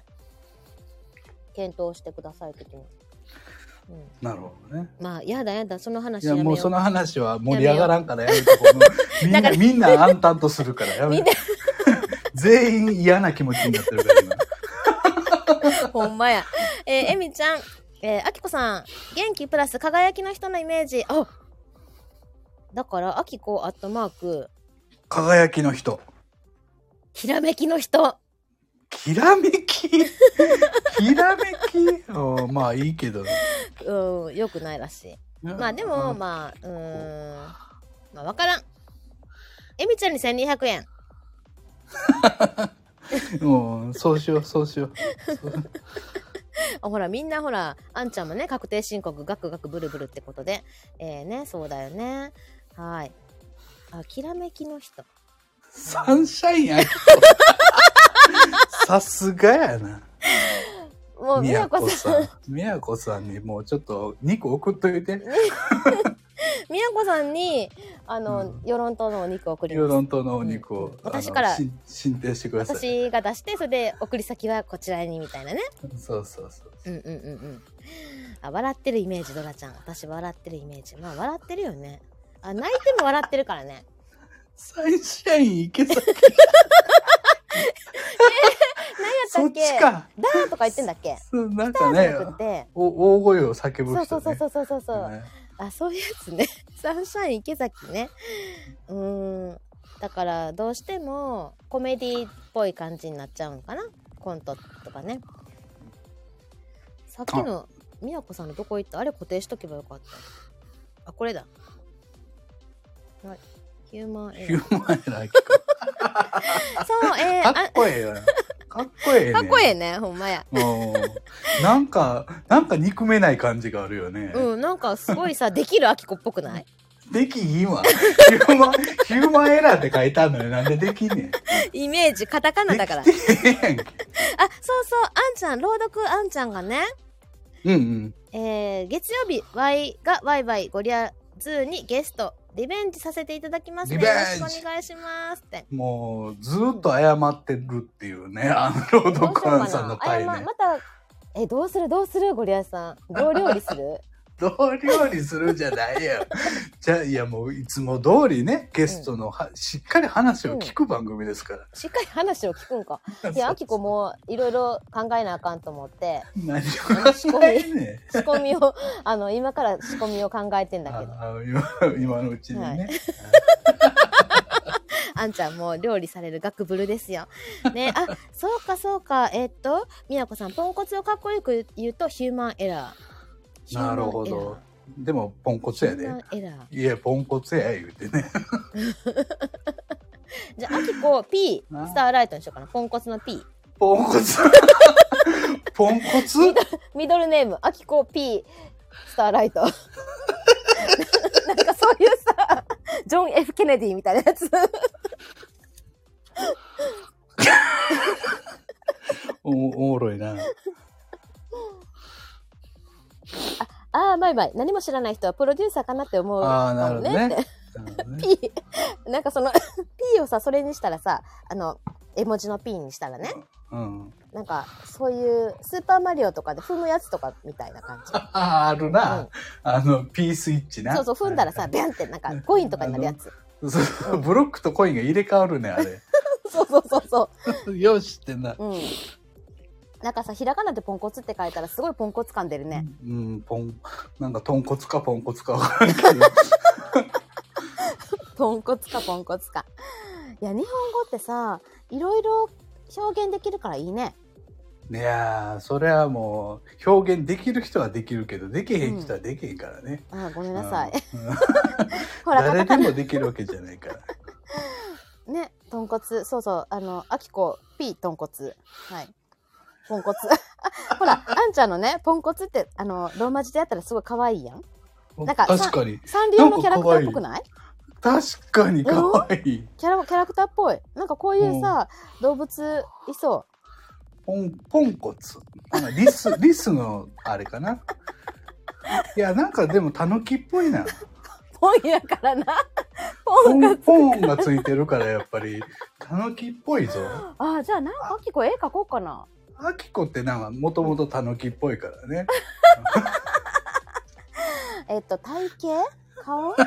Speaker 1: 検討してください的な、うん、
Speaker 2: なるほどね
Speaker 1: まあやだやだその話
Speaker 2: い
Speaker 1: や
Speaker 2: や
Speaker 1: めよう
Speaker 2: もうその話は盛り上がらんからやめとこうみん
Speaker 1: だか
Speaker 2: な
Speaker 1: ら
Speaker 2: みんな暗淡とするからやめ
Speaker 1: みん
Speaker 2: とこう 全員嫌な気持ちになってるから今
Speaker 1: ほんまや。えー、えみちゃん、えー、あきこさん、元気プラス輝きの人のイメージ。あだから、あきこアットマーク、
Speaker 2: 輝きの人
Speaker 1: ひらめきの人。
Speaker 2: きらめききらめきおまあいいけど。
Speaker 1: うん、よくないらしい。まあでも、
Speaker 2: ま
Speaker 1: まあ、うーん、まあわからん。えみちゃんに1200円。
Speaker 2: あ、もうそうしようそうしよう。そう
Speaker 1: あほら、みんなほら、あんちゃんもね、確定申告、ガクガクブルブルってことで。えー、ね、そうだよね。はい。あ、きらめきの人。
Speaker 2: サンシャインや。さすがやな。
Speaker 1: もう、み
Speaker 2: み
Speaker 1: や
Speaker 2: や
Speaker 1: こ
Speaker 2: こ
Speaker 1: さん
Speaker 2: さ。ん。みやこさんにもうちょっと肉送っといて。
Speaker 1: みやこさんに、あの
Speaker 2: うん、
Speaker 1: 与論島のお肉を送り
Speaker 2: ヨ
Speaker 1: ま
Speaker 2: ロ
Speaker 1: す。
Speaker 2: ン島のお肉を、
Speaker 1: うん私
Speaker 2: あの
Speaker 1: から
Speaker 2: し進呈してください。
Speaker 1: 私が出して、それで送り先はこちらにみたいなね。
Speaker 2: そうそうそう。
Speaker 1: うんうんうんうん。あ、笑ってるイメージ、ドラちゃん。私笑ってるイメージ。まあ、笑ってるよね。あ、泣いても笑ってるからね。
Speaker 2: サンシャイン池 崎。
Speaker 1: 何やった
Speaker 2: そ
Speaker 1: っ
Speaker 2: っ
Speaker 1: け
Speaker 2: ちか。
Speaker 1: ダーとか言ってんだっけ
Speaker 2: そうなん
Speaker 1: ダ
Speaker 2: か
Speaker 1: ーじゃ
Speaker 2: ね
Speaker 1: なく、て。
Speaker 2: お大声を叫ぶ人
Speaker 1: そ
Speaker 2: ね。
Speaker 1: うそうそうそうそうそうそう、
Speaker 2: ね
Speaker 1: あ、そういうやつね。 サンシャイン池崎ね。うーん。だから、どうしてもコメディっぽい感じになっちゃうんかな。コントとかね。さっきの、みやこさんのどこ行ったあれ固定しとけばよかった。あ、これだ。はいヒューマンエ
Speaker 2: ヒュ
Speaker 1: ラー。
Speaker 2: ーマンエラー
Speaker 1: そう、えー、
Speaker 2: か
Speaker 1: あ
Speaker 2: っ、こええよな。かっこええね
Speaker 1: かっこええね、ほんまや。
Speaker 2: うんなんかなんか憎めない感じがあるよね、
Speaker 1: うん、なんかすごいさ、 できるあきこっぽくない
Speaker 2: できひんわヒューマンヒューマンエラーって書いてあるのよなんでできんねん
Speaker 1: イメージ、カタカナだから。あ、そ
Speaker 2: で
Speaker 1: う
Speaker 2: きてへんやん
Speaker 1: そ
Speaker 2: け
Speaker 1: う、あんちゃん、朗読あんちゃんがね、
Speaker 2: うんうん
Speaker 1: えー、月曜日、ワイがワイワイゴリアズーにゲスト、リベンジさせていただきますね。
Speaker 2: リベ
Speaker 1: よ
Speaker 2: ンジ
Speaker 1: ろしくお願いしますって。
Speaker 2: もうずっと謝ってるっていうねあの
Speaker 1: ど
Speaker 2: 朗
Speaker 1: うしよう
Speaker 2: 読
Speaker 1: かな
Speaker 2: アンさんの回
Speaker 1: あやま
Speaker 2: ね
Speaker 1: また、え、どうするどうするゴリアさん。どう料理す る
Speaker 2: 同料理するじゃな いよじゃあいやもういつも通りねゲストのは、しっかり話を聞く番組ですから、
Speaker 1: しっかり話を聞くん か。いや、あきこもいろいろ考えなあかんと思って、
Speaker 2: 何を考えてんねん
Speaker 1: 仕込みを、あの、今から仕込みを考えてんだけど。
Speaker 2: ああ今今のうちにね、
Speaker 1: はいあんちゃんも料理される学ぶるですよ。ね、あ、そうかそうか。えっと、みやこさん、ポンコツをかっこよく言うとヒューマンエラー。ヒューマンエラ
Speaker 2: な
Speaker 1: ー
Speaker 2: るほど。でもポンコツや
Speaker 1: ヒュ
Speaker 2: で
Speaker 1: ーマンエラー。
Speaker 2: いやポンコツや言うて ね
Speaker 1: じゃあ、あきこ P、
Speaker 2: あ
Speaker 1: スターライトにしようかな。ポンコツの P。
Speaker 2: ポンコツ ポンコツ
Speaker 1: ミドルネーム、あきこ P、スター ライト。ななんかそういうさ、ジョン・ F ・ケネディみたいなやつ。
Speaker 2: おおもろいな
Speaker 1: ああ、バイバイ。何も知らない人はプロデューサーかなって思う
Speaker 2: あ
Speaker 1: か
Speaker 2: あ
Speaker 1: も。
Speaker 2: なるほどねなるほどね
Speaker 1: P、なんかその P をさ、それにしたらさ、あの、絵文字の P にしたらね、
Speaker 2: うん
Speaker 1: なんかそういうスーパーマリオとかで踏むやつとかみたいな感じ。
Speaker 2: あああるな、
Speaker 1: うん
Speaker 2: あの P スイッチな
Speaker 1: そうそう、踏んだらさ、ビャンってなんかコインとかになるやつ。
Speaker 2: そうブロックとコインが入れ替わるねあれ
Speaker 1: そうそうそうそう。
Speaker 2: よしってな、
Speaker 1: うん。なんかさ、ひらがなでポンコツって書いたらすごいポンコツ感出るね。
Speaker 2: うんポンなんか豚骨かポンコツかわか らんけど
Speaker 1: ポンコツかポンコツか。いや、日本語ってさ、いろいろ表現できるからいいね。
Speaker 2: いやーそれはもう表現できる人はできるけどできへん人はできへんからね、
Speaker 1: あーごめんなさい。
Speaker 2: うんうん
Speaker 1: ほら、カ
Speaker 2: 誰
Speaker 1: タ
Speaker 2: で
Speaker 1: カナ
Speaker 2: もできるわけじゃないから。
Speaker 1: ね、豚骨、そうそう、あの、あきこ、P、豚骨。はい。ポンコツ。あ ほら、あんちゃんのね、ポンコツって、あの、ローマ字でやったらすごい可愛いやん。なんか
Speaker 2: 確かに。
Speaker 1: サンリオのキャラクターっぽくない
Speaker 2: 確かに可愛い。
Speaker 1: キャラ、キャラクターっぽい。なんかこういうさ、動物いそ
Speaker 2: ポン、ポンコツ。なんかリ ス、リスのあれかな。いや、なんかでもタヌキっぽい な。
Speaker 1: う。ポンやからな。ポ
Speaker 2: ポ
Speaker 1: ンが
Speaker 2: ン、。ポンがついてるから、やっぱり。タヌキっぽいぞ。
Speaker 1: あ、じゃあなんかあきこ絵描こうかな。
Speaker 2: アキコってなんか、もともとタヌキっぽいからね。
Speaker 1: えっと、体型顔体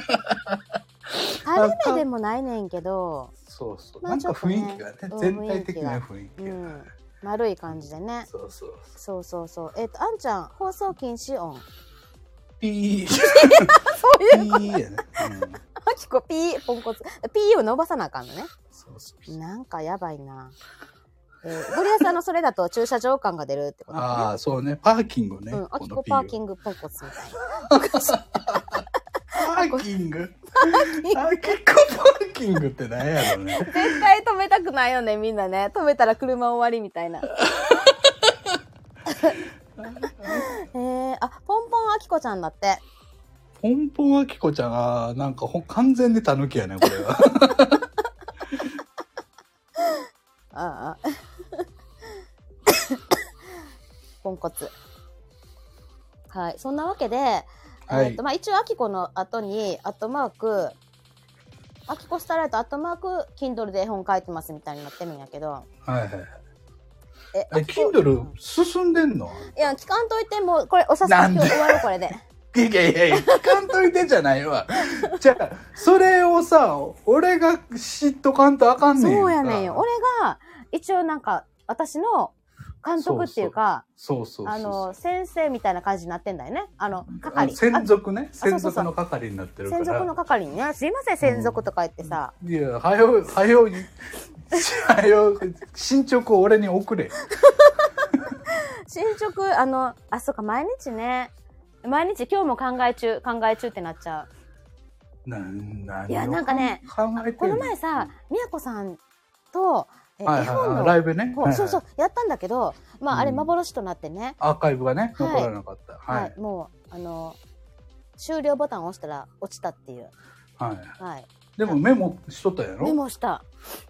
Speaker 1: 目でもないねんけど、
Speaker 2: そうそう。
Speaker 1: ま
Speaker 2: な
Speaker 1: あ
Speaker 2: ん
Speaker 1: ちょ
Speaker 2: か
Speaker 1: っと
Speaker 2: 雰
Speaker 1: ね
Speaker 2: 囲気がね、全体的な雰囲気
Speaker 1: う
Speaker 2: が。
Speaker 1: ん。丸い感じでね。
Speaker 2: そうそう
Speaker 1: そ
Speaker 2: そう。
Speaker 1: うそうそう。えっ、と、あんちゃん、放送禁止音。
Speaker 2: ピー。
Speaker 1: そういう、
Speaker 2: ピーやね。うん
Speaker 1: あ きこピー、ポンコツ。ピーを伸ばさなあかんのね。
Speaker 2: そうそう。
Speaker 1: なんかやばいな。えー、ゴリアさんのそれだと駐車場感が出るってこと
Speaker 2: ああ、そうね。パーキングね。
Speaker 1: うん、あきこ
Speaker 2: ピー
Speaker 1: パー
Speaker 2: を
Speaker 1: キングポンコツみたいな。
Speaker 2: パーキング。あ、結構パーキングってなんやろうね。
Speaker 1: 絶対止めたくないよね、みんなね。止めたら車終わりみたいな。えー、あ、ポンポンあきこちゃんだって。
Speaker 2: ポンポンあきこちゃんが、なんかほん完全にタヌキやね、これは。
Speaker 1: あ あ。ポンコツ。はい。そんなわけで、
Speaker 2: はい
Speaker 1: えっ、と、まあ、一応、アキコの後に、アットマーク、アキコスターライト、アットマーク、Kindle で絵本書いてますみたいになってるんやけど。
Speaker 2: はいはい。
Speaker 1: え、
Speaker 2: え、
Speaker 1: アキコ
Speaker 2: Kindle 進んでんの
Speaker 1: いや、聞かんといて、もう、これ、おさす
Speaker 2: な
Speaker 1: が
Speaker 2: ん
Speaker 1: 今
Speaker 2: で
Speaker 1: 日終わろう、これで。
Speaker 2: いやいやいや、聞かんといてじゃないわ。じゃあ、それをさ、俺が知っとかんとあかんねんか
Speaker 1: そうやねんよ。。俺が、一応なんか、私の監督っていうか、
Speaker 2: そうそうそう
Speaker 1: あ
Speaker 2: そう
Speaker 1: の、先生みたいな感じになってんだよね。あの、
Speaker 2: あ
Speaker 1: 係。
Speaker 2: の専属ね。
Speaker 1: そうそうそう
Speaker 2: 専属の係になってるから。
Speaker 1: 専属の係にね、すいません、専属とか言ってさ、
Speaker 2: いや、はよ、はよ、はよ、進捗を俺に送れ。
Speaker 1: 進捗、あの、あ、そうか、毎日ね、毎日今日も考え中、考え中ってなっちゃ
Speaker 2: なん、何を
Speaker 1: いやなんかね
Speaker 2: 考えて
Speaker 1: う。この前さ、みやこさんと、え
Speaker 2: はい
Speaker 1: 絵
Speaker 2: はい
Speaker 1: 本
Speaker 2: は
Speaker 1: の
Speaker 2: い、ライブね、
Speaker 1: こう
Speaker 2: はいはい
Speaker 1: そうそうやったんだけど、まあ、あれ
Speaker 2: うん
Speaker 1: 幻となってね、
Speaker 2: アーカイブがね
Speaker 1: はい
Speaker 2: 残らなかったは
Speaker 1: はいい、もうあの終了ボタンを押したら落ちたっていう、
Speaker 2: はい、
Speaker 1: はい、
Speaker 2: でもメモしとったやろ
Speaker 1: メモした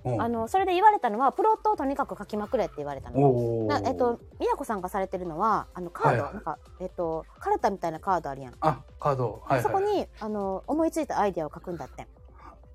Speaker 2: うん
Speaker 1: あのそれで言われたのはプロットをとにかく書きまくれって言われたの。
Speaker 2: お
Speaker 1: な
Speaker 2: ー
Speaker 1: えっと、美奈子さんがされてるのはあのカード、
Speaker 2: はいはい
Speaker 1: なんか、えっと、カルタみたいなカードあるやん、
Speaker 2: あカードはい、はい、
Speaker 1: そこにあの思いついたアイデアを書くんだって、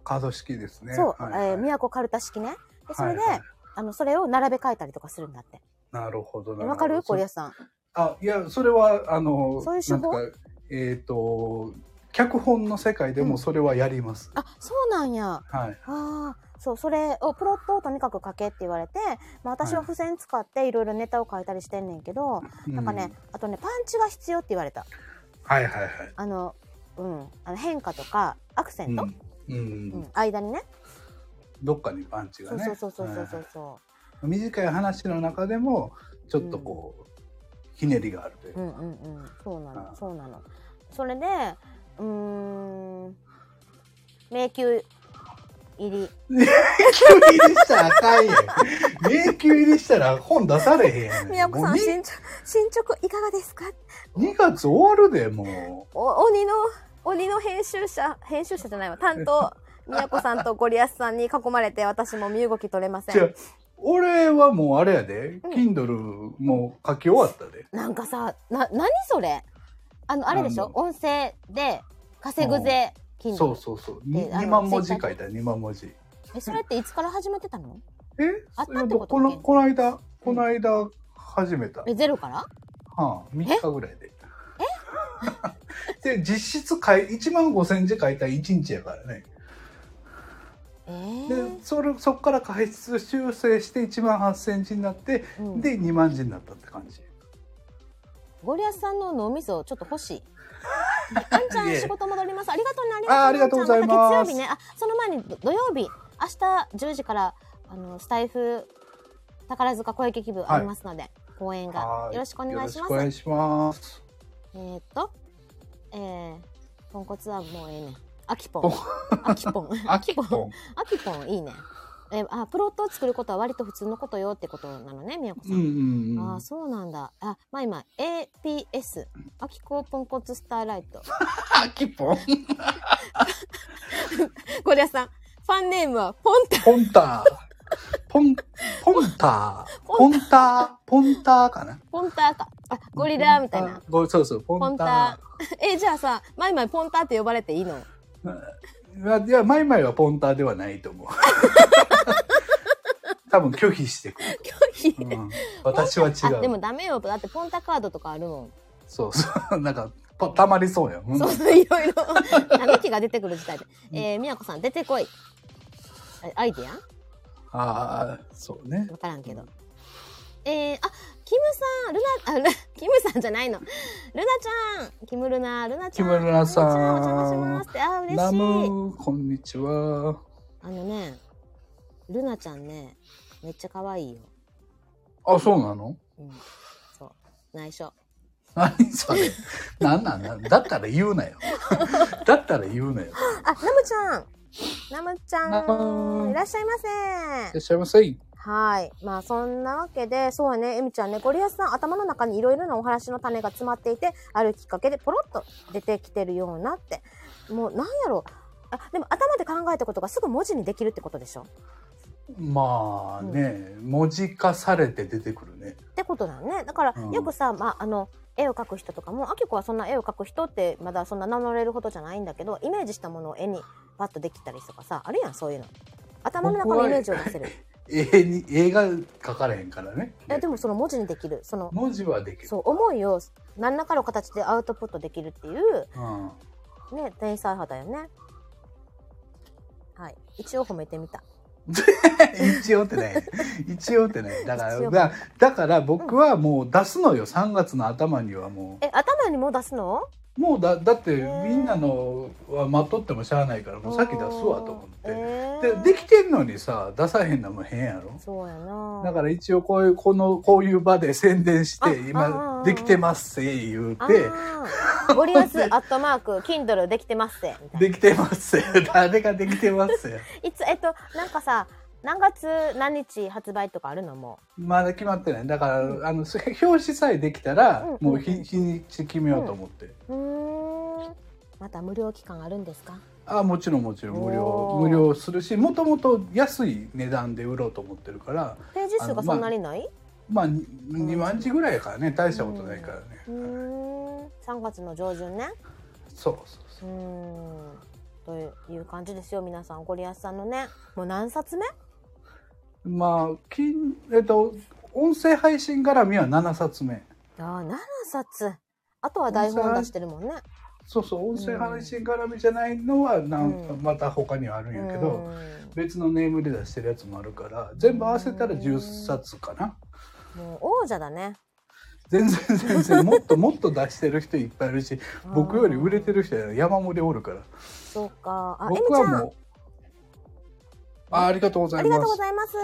Speaker 2: カード式ですね
Speaker 1: そう、
Speaker 2: はいはい
Speaker 1: えー、宮古カルタ式ね。で、それで、
Speaker 2: はいはい
Speaker 1: あの、それを並べ替えたりとかするんだって。
Speaker 2: なるほどな
Speaker 1: え
Speaker 2: るほど
Speaker 1: わかる
Speaker 2: そ
Speaker 1: コリアさん。
Speaker 2: あいやそれはあの
Speaker 1: そういう手法
Speaker 2: なんていうかえっ、と脚本の世界で
Speaker 1: うん
Speaker 2: もそれはやります、
Speaker 1: あ、そうなんや。あ
Speaker 2: はい
Speaker 1: あ、そう、それを、プロットをとにかく書けって言われて、まあ私は付箋使っていろいろネタを書いたりしてんねんけど、なんかね、あとね、パンチが必要って言われた。
Speaker 2: うんはいはいはい
Speaker 1: あの、うん、あの変化とか、アクセント、
Speaker 2: うん、うん
Speaker 1: うん間にね。
Speaker 2: どっかにパンチが
Speaker 1: そう
Speaker 2: ね
Speaker 1: そうそうそうそう
Speaker 2: は
Speaker 1: そ
Speaker 2: いう
Speaker 1: そ
Speaker 2: 短い話の中でもちょっとこう、ひねりがあるという
Speaker 1: う。う
Speaker 2: か、
Speaker 1: んうんうん。そうな
Speaker 2: う
Speaker 1: の、
Speaker 2: ん
Speaker 1: そうなの。それで、うーん、迷宮入り。
Speaker 2: 迷宮入りしたらあ かんやん迷宮入りしたら本出されへんやん
Speaker 1: 宮子さん、
Speaker 2: もう
Speaker 1: 進捗、進捗いかがですか
Speaker 2: に 2, 月終わるでも
Speaker 1: お鬼の、鬼の編集者、編集者じゃないわ、担 当、宮子さんとゴリアスさんに囲まれて、私も身動き取れませ
Speaker 2: う違
Speaker 1: ん
Speaker 2: う。俺はもうあれやで、
Speaker 1: うん
Speaker 2: Kindle もう書き終わったで
Speaker 1: なんかさ、な、何それあの、あれでしょ
Speaker 2: あの
Speaker 1: 音声で稼ぐぜ、金
Speaker 2: そうそうそう
Speaker 1: であの
Speaker 2: 2, 万文字書い
Speaker 1: Twitter
Speaker 2: た2万文字え
Speaker 1: え、それっていつから始めてたのあったってこと
Speaker 2: それどこのこの間この間始めた、
Speaker 1: え、ゼロから
Speaker 2: はあ、3日ぐらいで。 で、実質かい、1万5千字書いたら1日やからね。
Speaker 1: え
Speaker 2: で
Speaker 1: ー、
Speaker 2: それ、そこから過失修正して1万8千字になって、
Speaker 1: うん
Speaker 2: で、2万字になったって感じ。
Speaker 1: ゴリアスさんの脳みそ、ちょっと欲 しい。あんちゃ
Speaker 2: い
Speaker 1: ん、
Speaker 2: え
Speaker 1: 仕事戻ります。ありがとうね、
Speaker 2: あー
Speaker 1: あ
Speaker 2: あ
Speaker 1: り
Speaker 2: り
Speaker 1: が
Speaker 2: が
Speaker 1: と
Speaker 2: と
Speaker 1: う
Speaker 2: う
Speaker 1: ね、
Speaker 2: ご
Speaker 1: あ
Speaker 2: ざ
Speaker 1: ん
Speaker 2: い
Speaker 1: ちゃん。た月曜
Speaker 2: ます
Speaker 1: 日ね。あ、その前に土土曜日、明日10時から、あの、スタイフ、宝塚小池部ありますので、公演が
Speaker 2: は。い
Speaker 1: よろしくお願いしま
Speaker 2: よろしくお
Speaker 1: す。
Speaker 2: 願いします。
Speaker 1: えーっと、えー、ポンコツはもうええね。あきぽん。あきぽ ん。
Speaker 2: あきぽん。
Speaker 1: あきぽん、いいね。えーあ、プロットを作ることは割と普通のことよってことなのね、みやこさ
Speaker 2: うんうんう
Speaker 1: あ
Speaker 2: ん
Speaker 1: あ、。そうなんだ。あ、まあ今、APS、アキコポンコツスターライト。
Speaker 2: あきぽん。
Speaker 1: ゴリアスさん、ファンネームはポンタ。
Speaker 2: ポンター。ポン、ポンター。
Speaker 1: ポ
Speaker 2: ポンター。ポンターかな。
Speaker 1: ポンターか。あ、ゴリラみたいな。。
Speaker 2: ごそうそう、ポ
Speaker 1: ポン
Speaker 2: ン
Speaker 1: タ
Speaker 2: タ
Speaker 1: ー。 え、じゃあさ、マイマイポンターって呼ばれていいの
Speaker 2: ー。いや、マイマイはポンターではない と思う。多分拒否してくる。
Speaker 1: 拒否。
Speaker 2: うん私は違
Speaker 1: あ、で
Speaker 2: う
Speaker 1: も。ダメよ。だってポンタカードとかあるもん。
Speaker 2: そうそう。なんか、たたまりそうやん。うん
Speaker 1: そうそう、いろい ろ。嘆きが出てくる時代で。えー、みやこさん、出てこい。あアイディア
Speaker 2: ああ、そうね。
Speaker 1: わからんけど。えー、あ、キムさん、ルナ、あ、ル キムさんじゃないの。ルナちゃん、キムルナ、ルナちゃん。
Speaker 2: キムルナさん
Speaker 1: ルナちゃお邪魔しますって、あ、
Speaker 2: ナ
Speaker 1: 嬉しい。
Speaker 2: ムー、こんにちは。
Speaker 1: あのね、ルナちゃんね、めっちゃ可愛いよ。
Speaker 2: あ、そうなの
Speaker 1: うん。そう。内緒。
Speaker 2: 何 それ。なんなんなんだったら言うなよ。だったら言うなよ。
Speaker 1: あ、ナムちゃんナムち
Speaker 2: ナ
Speaker 1: ゃん
Speaker 2: ム
Speaker 1: いらっしゃいま
Speaker 2: い
Speaker 1: せ
Speaker 2: らっしゃいませ。
Speaker 1: はい。まあ、そんなわけで、そうやね、エミちゃんね、ゴリアスさん、頭の中にいろいろなお話の種が詰まっていて、あるきっかけでポロッと出てきてるようなって。もう、なんやろ。あ、でも頭で考えたことがすぐ文字にできるってことでしょ
Speaker 2: まあね、文字化されて出てくるね。
Speaker 1: ってことだよね。だから、
Speaker 2: うん
Speaker 1: よくさ、まあ、あの、絵を描く人とかも、あきこはそんな絵を描く人って、まだそんな名乗れるほどじゃないんだけど、イメージしたものを絵にパッとできたりとかさ、あるやん、そういうの。頭の中のイメージを出せる。
Speaker 2: 絵に、絵が書かれへんからね。
Speaker 1: え、でもその文字にできる。その、
Speaker 2: 文字はできる。
Speaker 1: そう、思いを何らかの形でアウトプットできるっていう、
Speaker 2: うん。
Speaker 1: ね、天才派だよね。はい。一応褒めてみた。
Speaker 2: 一応ってね一応ってねだか
Speaker 1: 一応
Speaker 2: らだだから僕はもう出すのよ3月の頭にはも
Speaker 1: え、頭にも出すの
Speaker 2: うもうだだって
Speaker 1: ー
Speaker 2: みんなのは待っとってもしゃあないからもう先出すわと思
Speaker 1: え
Speaker 2: って、
Speaker 1: ー
Speaker 2: でできてんのにさ出さへんのも変やろ
Speaker 1: そうやな
Speaker 2: だから一応こういうこのこういう場で宣伝し
Speaker 1: あ
Speaker 2: て
Speaker 1: ああ
Speaker 2: 今できてますせ言う
Speaker 1: あ
Speaker 2: て
Speaker 1: ーゴリアスアットマーク、Kindle できてますって。みたい
Speaker 2: できてますせ誰ができてますせ
Speaker 1: ないつ、えっと、なんかさ、何月何日発売とかあるのも
Speaker 2: まだ決まってないだから、あのせ表紙さえできたら、
Speaker 1: うん
Speaker 2: もう日日にち決めようと思って、
Speaker 1: うーんまた無料期間あるんですか
Speaker 2: あもちろんもちろん無料
Speaker 1: おー
Speaker 2: 無料するしもともと安い値段で売ろうと思ってるから
Speaker 1: ページ数がそんなにない、
Speaker 2: まあに2万字ぐらいやからね大したことないからね、
Speaker 1: うーん3月の上旬ね
Speaker 2: そうそう
Speaker 1: う
Speaker 2: そ
Speaker 1: ーんという感じですよ皆さんゴリアスさんのねもう何冊目
Speaker 2: うまあ金えっと音声配信絡みは7冊目
Speaker 1: ああ7冊あとは台本出してるもんね
Speaker 2: そうそう音声配信絡みじゃないのはなんか
Speaker 1: うん
Speaker 2: また他にはあるんやけど、
Speaker 1: う
Speaker 2: 別のネームで出してるやつもあるから全部合わせたら10冊かな
Speaker 1: ーんもう王者だね
Speaker 2: 全然全然もっともっと出してる人いっぱいいるし僕より売れて
Speaker 1: る
Speaker 2: る人や山盛りおるから
Speaker 1: そうかあエミ
Speaker 2: 僕
Speaker 1: ちゃ
Speaker 2: は
Speaker 1: ん
Speaker 2: もうあありがとうござ
Speaker 1: あ
Speaker 2: い
Speaker 1: りが
Speaker 2: ま
Speaker 1: とうご
Speaker 2: す
Speaker 1: ざいます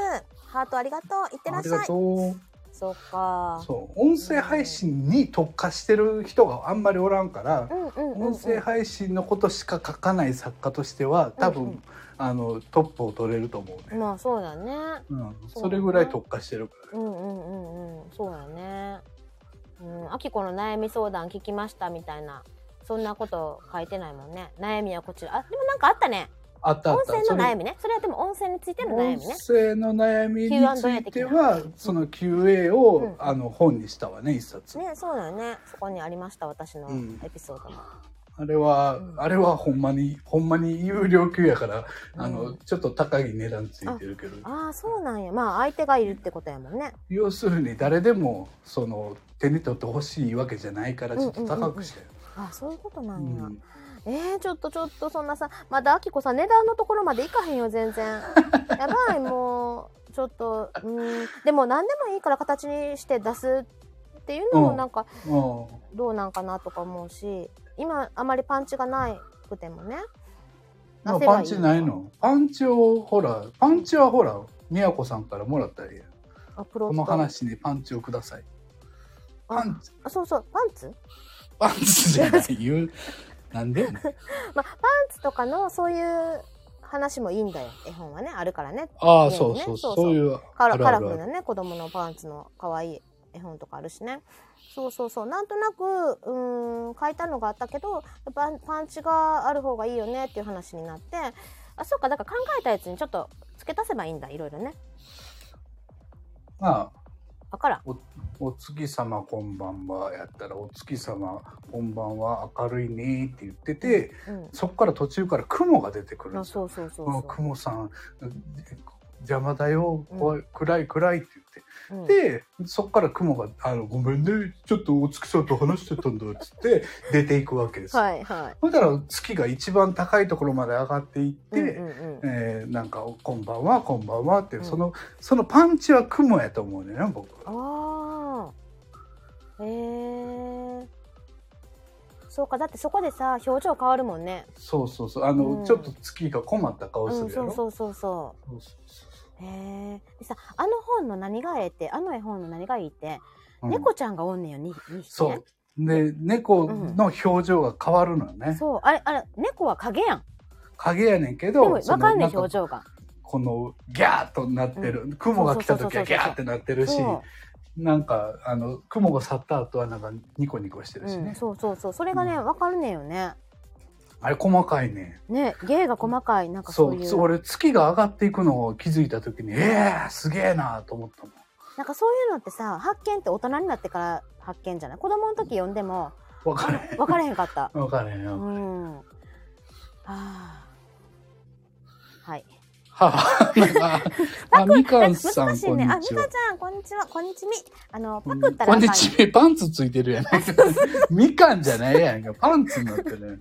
Speaker 1: ハートありがとういってら
Speaker 2: あ
Speaker 1: っ
Speaker 2: り
Speaker 1: しゃ
Speaker 2: が
Speaker 1: い
Speaker 2: とう
Speaker 1: そうか
Speaker 2: そう音声配信に特化してる人があんまりおらんから
Speaker 1: うんうんうん、うん、
Speaker 2: 音声配信のことしか書かない作家としては
Speaker 1: うん
Speaker 2: 多
Speaker 1: う
Speaker 2: 分
Speaker 1: ん
Speaker 2: あのトップを取れると思うね
Speaker 1: まあそうだね
Speaker 2: うんそれぐらい特化してるから
Speaker 1: うんうんうんうんそうだねうんあきこの悩み相談聞きましたみたいなそんなこと書いてないもんね悩みはこちらあでもなんかあったね
Speaker 2: あったあ
Speaker 1: 温
Speaker 2: った
Speaker 1: 泉
Speaker 2: そ
Speaker 1: の
Speaker 2: れ
Speaker 1: 悩みねそれはでも温泉についての悩みね
Speaker 2: 音声の悩みについては
Speaker 1: Q&A 的な
Speaker 2: その QA を、
Speaker 1: うん
Speaker 2: あの本にしたわね一冊、
Speaker 1: ねそうだよねそこにありました私の
Speaker 2: うん
Speaker 1: エピソードも、
Speaker 2: あれは、
Speaker 1: うん
Speaker 2: あれはほんまにほんまに有料級やから、
Speaker 1: うん
Speaker 2: あのちょっと高い値段ついてるけど
Speaker 1: ああそうなんやまあ相手がいるってことやもんね
Speaker 2: 要するに誰でもその手に取ってほしいわけじゃないから
Speaker 1: うん
Speaker 2: ちょっと高くして、
Speaker 1: あそういうことな
Speaker 2: うん
Speaker 1: や、
Speaker 2: ん
Speaker 1: えー、ちょっとちょっとそんなさまだあきこさん値段のところまでいかへんよ全然 やばいもうちょっとうんでも何でもいいから形にして出すっていうの
Speaker 2: う
Speaker 1: も
Speaker 2: ん
Speaker 1: なんか
Speaker 2: うん
Speaker 1: どうなんかなとか思うし今あまりパンチがないくてもね出
Speaker 2: ま
Speaker 1: せばい
Speaker 2: あ
Speaker 1: い
Speaker 2: パンチないのパンチをほらパンチはほら宮子さんからもらったらいいやん
Speaker 1: あプロ
Speaker 2: こ
Speaker 1: ッ
Speaker 2: の
Speaker 1: ト
Speaker 2: 話にパンチをくださいパンチ
Speaker 1: あそうそうパンツ、
Speaker 2: パンチじゃない言うなんでやねん
Speaker 1: まあ、パンツとかのそういう話もいいんだよ絵本はねあるからね
Speaker 2: ああ、
Speaker 1: ね
Speaker 2: そうそう、
Speaker 1: そうそう
Speaker 2: そういう
Speaker 1: カ
Speaker 2: あ
Speaker 1: ラ
Speaker 2: る
Speaker 1: カ
Speaker 2: あ
Speaker 1: ラフル
Speaker 2: るあ
Speaker 1: な
Speaker 2: る。
Speaker 1: ね子供のパンツの可愛い絵本とかあるしねそうそうそうなんとなくうーん書いたのがあったけどやっぱパンチがある方がいいよねっていう話になってあそうかだから考えたやつにちょっと付け足せばいいんだいろいろね
Speaker 2: まあ、
Speaker 1: わからん
Speaker 2: お月様こんばんはやったら、お月様こんばんは明るいねって言ってて、
Speaker 1: うん
Speaker 2: そこから途中から雲が出てくるん
Speaker 1: あ
Speaker 2: ですよ。
Speaker 1: そうそうそう
Speaker 2: この
Speaker 1: そ
Speaker 2: 雲さん、邪魔だよ、怖い、暗い暗いって
Speaker 1: う、うん、
Speaker 2: 言って、で、そこから雲が、あの、ごめんね、ちょっとお月さんと話してたんだっつって出ていくわけですよ。
Speaker 1: はいは
Speaker 2: そしたら月が一番高いところまで上がっていっ
Speaker 1: い
Speaker 2: て、
Speaker 1: うんうんうん、
Speaker 2: えーなんか「こんばんはこんばんは」って、
Speaker 1: うん
Speaker 2: そのそのパンチは雲やと思うねんな僕
Speaker 1: ああへえそうかだってそこでさ表情変わるもんね
Speaker 2: そうそうそうあの、
Speaker 1: うん
Speaker 2: ちょっと月が困った顔す
Speaker 1: う
Speaker 2: る
Speaker 1: ん
Speaker 2: やろ、
Speaker 1: そう
Speaker 2: そう
Speaker 1: そうそうそう
Speaker 2: そうそう
Speaker 1: へえでさあの本の何がええってあの絵本の何がいいって、
Speaker 2: うん
Speaker 1: 猫ちゃんがおんねんよに2匹
Speaker 2: そ
Speaker 1: ね
Speaker 2: うで猫の表情が変わるのよね、
Speaker 1: そうあれあれ猫は影やん
Speaker 2: 影やねんけ
Speaker 1: で
Speaker 2: ど
Speaker 1: も
Speaker 2: そ
Speaker 1: 分
Speaker 2: の
Speaker 1: かんない表
Speaker 2: なんか
Speaker 1: 情が
Speaker 2: このギャーっとなってる、雲が来た時はギャーってなってるし
Speaker 1: そ
Speaker 2: なんかあの雲が去った後はなんかニコニコして
Speaker 1: う,、
Speaker 2: るしね、
Speaker 1: ん、そうそうそうそれがね
Speaker 2: うん
Speaker 1: 分かるねんよね
Speaker 2: あれ細かいね
Speaker 1: ね芸が細かいなんか
Speaker 2: そ
Speaker 1: そうういう
Speaker 2: つ俺月が上がっていくのを気づいた時にええー、すげえなと思ったもん
Speaker 1: なんかそういうのってさ発見って大人になってから発見じゃない子供の時読んでも
Speaker 2: 分からへん
Speaker 1: 分からへんかった
Speaker 2: 分からへん
Speaker 1: う
Speaker 2: よ、
Speaker 1: んはあはい
Speaker 2: はあ、なんか、あ、みかんさ
Speaker 1: 難
Speaker 2: ん、
Speaker 1: しい
Speaker 2: こん
Speaker 1: ねあ
Speaker 2: に
Speaker 1: み
Speaker 2: ち
Speaker 1: か
Speaker 2: は
Speaker 1: ち。ゃんこんにちはこんにちみあのパクったら
Speaker 2: こ
Speaker 1: あかん
Speaker 2: んに
Speaker 1: よ
Speaker 2: ちは。パンツついてるやないか。みかんじゃないやんか。パンツになってる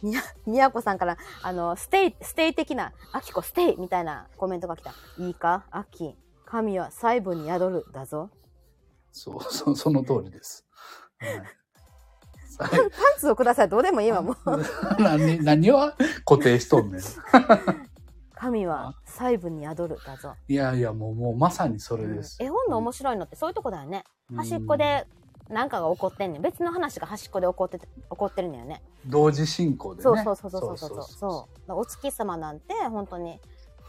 Speaker 1: みや、みやこさんから、あの、ステイ、ステイ的な、あきこステイみたいなコメントが来た。いいか、あき、神は細部に宿る、だぞ。
Speaker 2: そう、そその通りです。はい
Speaker 1: パンパンツをください、どうでもいいわ、もう。
Speaker 2: はい、何何を固定しとんねん。
Speaker 1: 神は細部に宿る、だぞ。
Speaker 2: いやいや、もう、もうまさにそれです。
Speaker 1: 絵本の面白いのってそういうとこだよね。
Speaker 2: うん
Speaker 1: 端っこで、なんかが起こってんねん。別の話が端っこで起こってて、起こってるんだよね。
Speaker 2: 同時進行でね。
Speaker 1: そうそうそうそうそうそうそう。だからお月様なんて、本当に、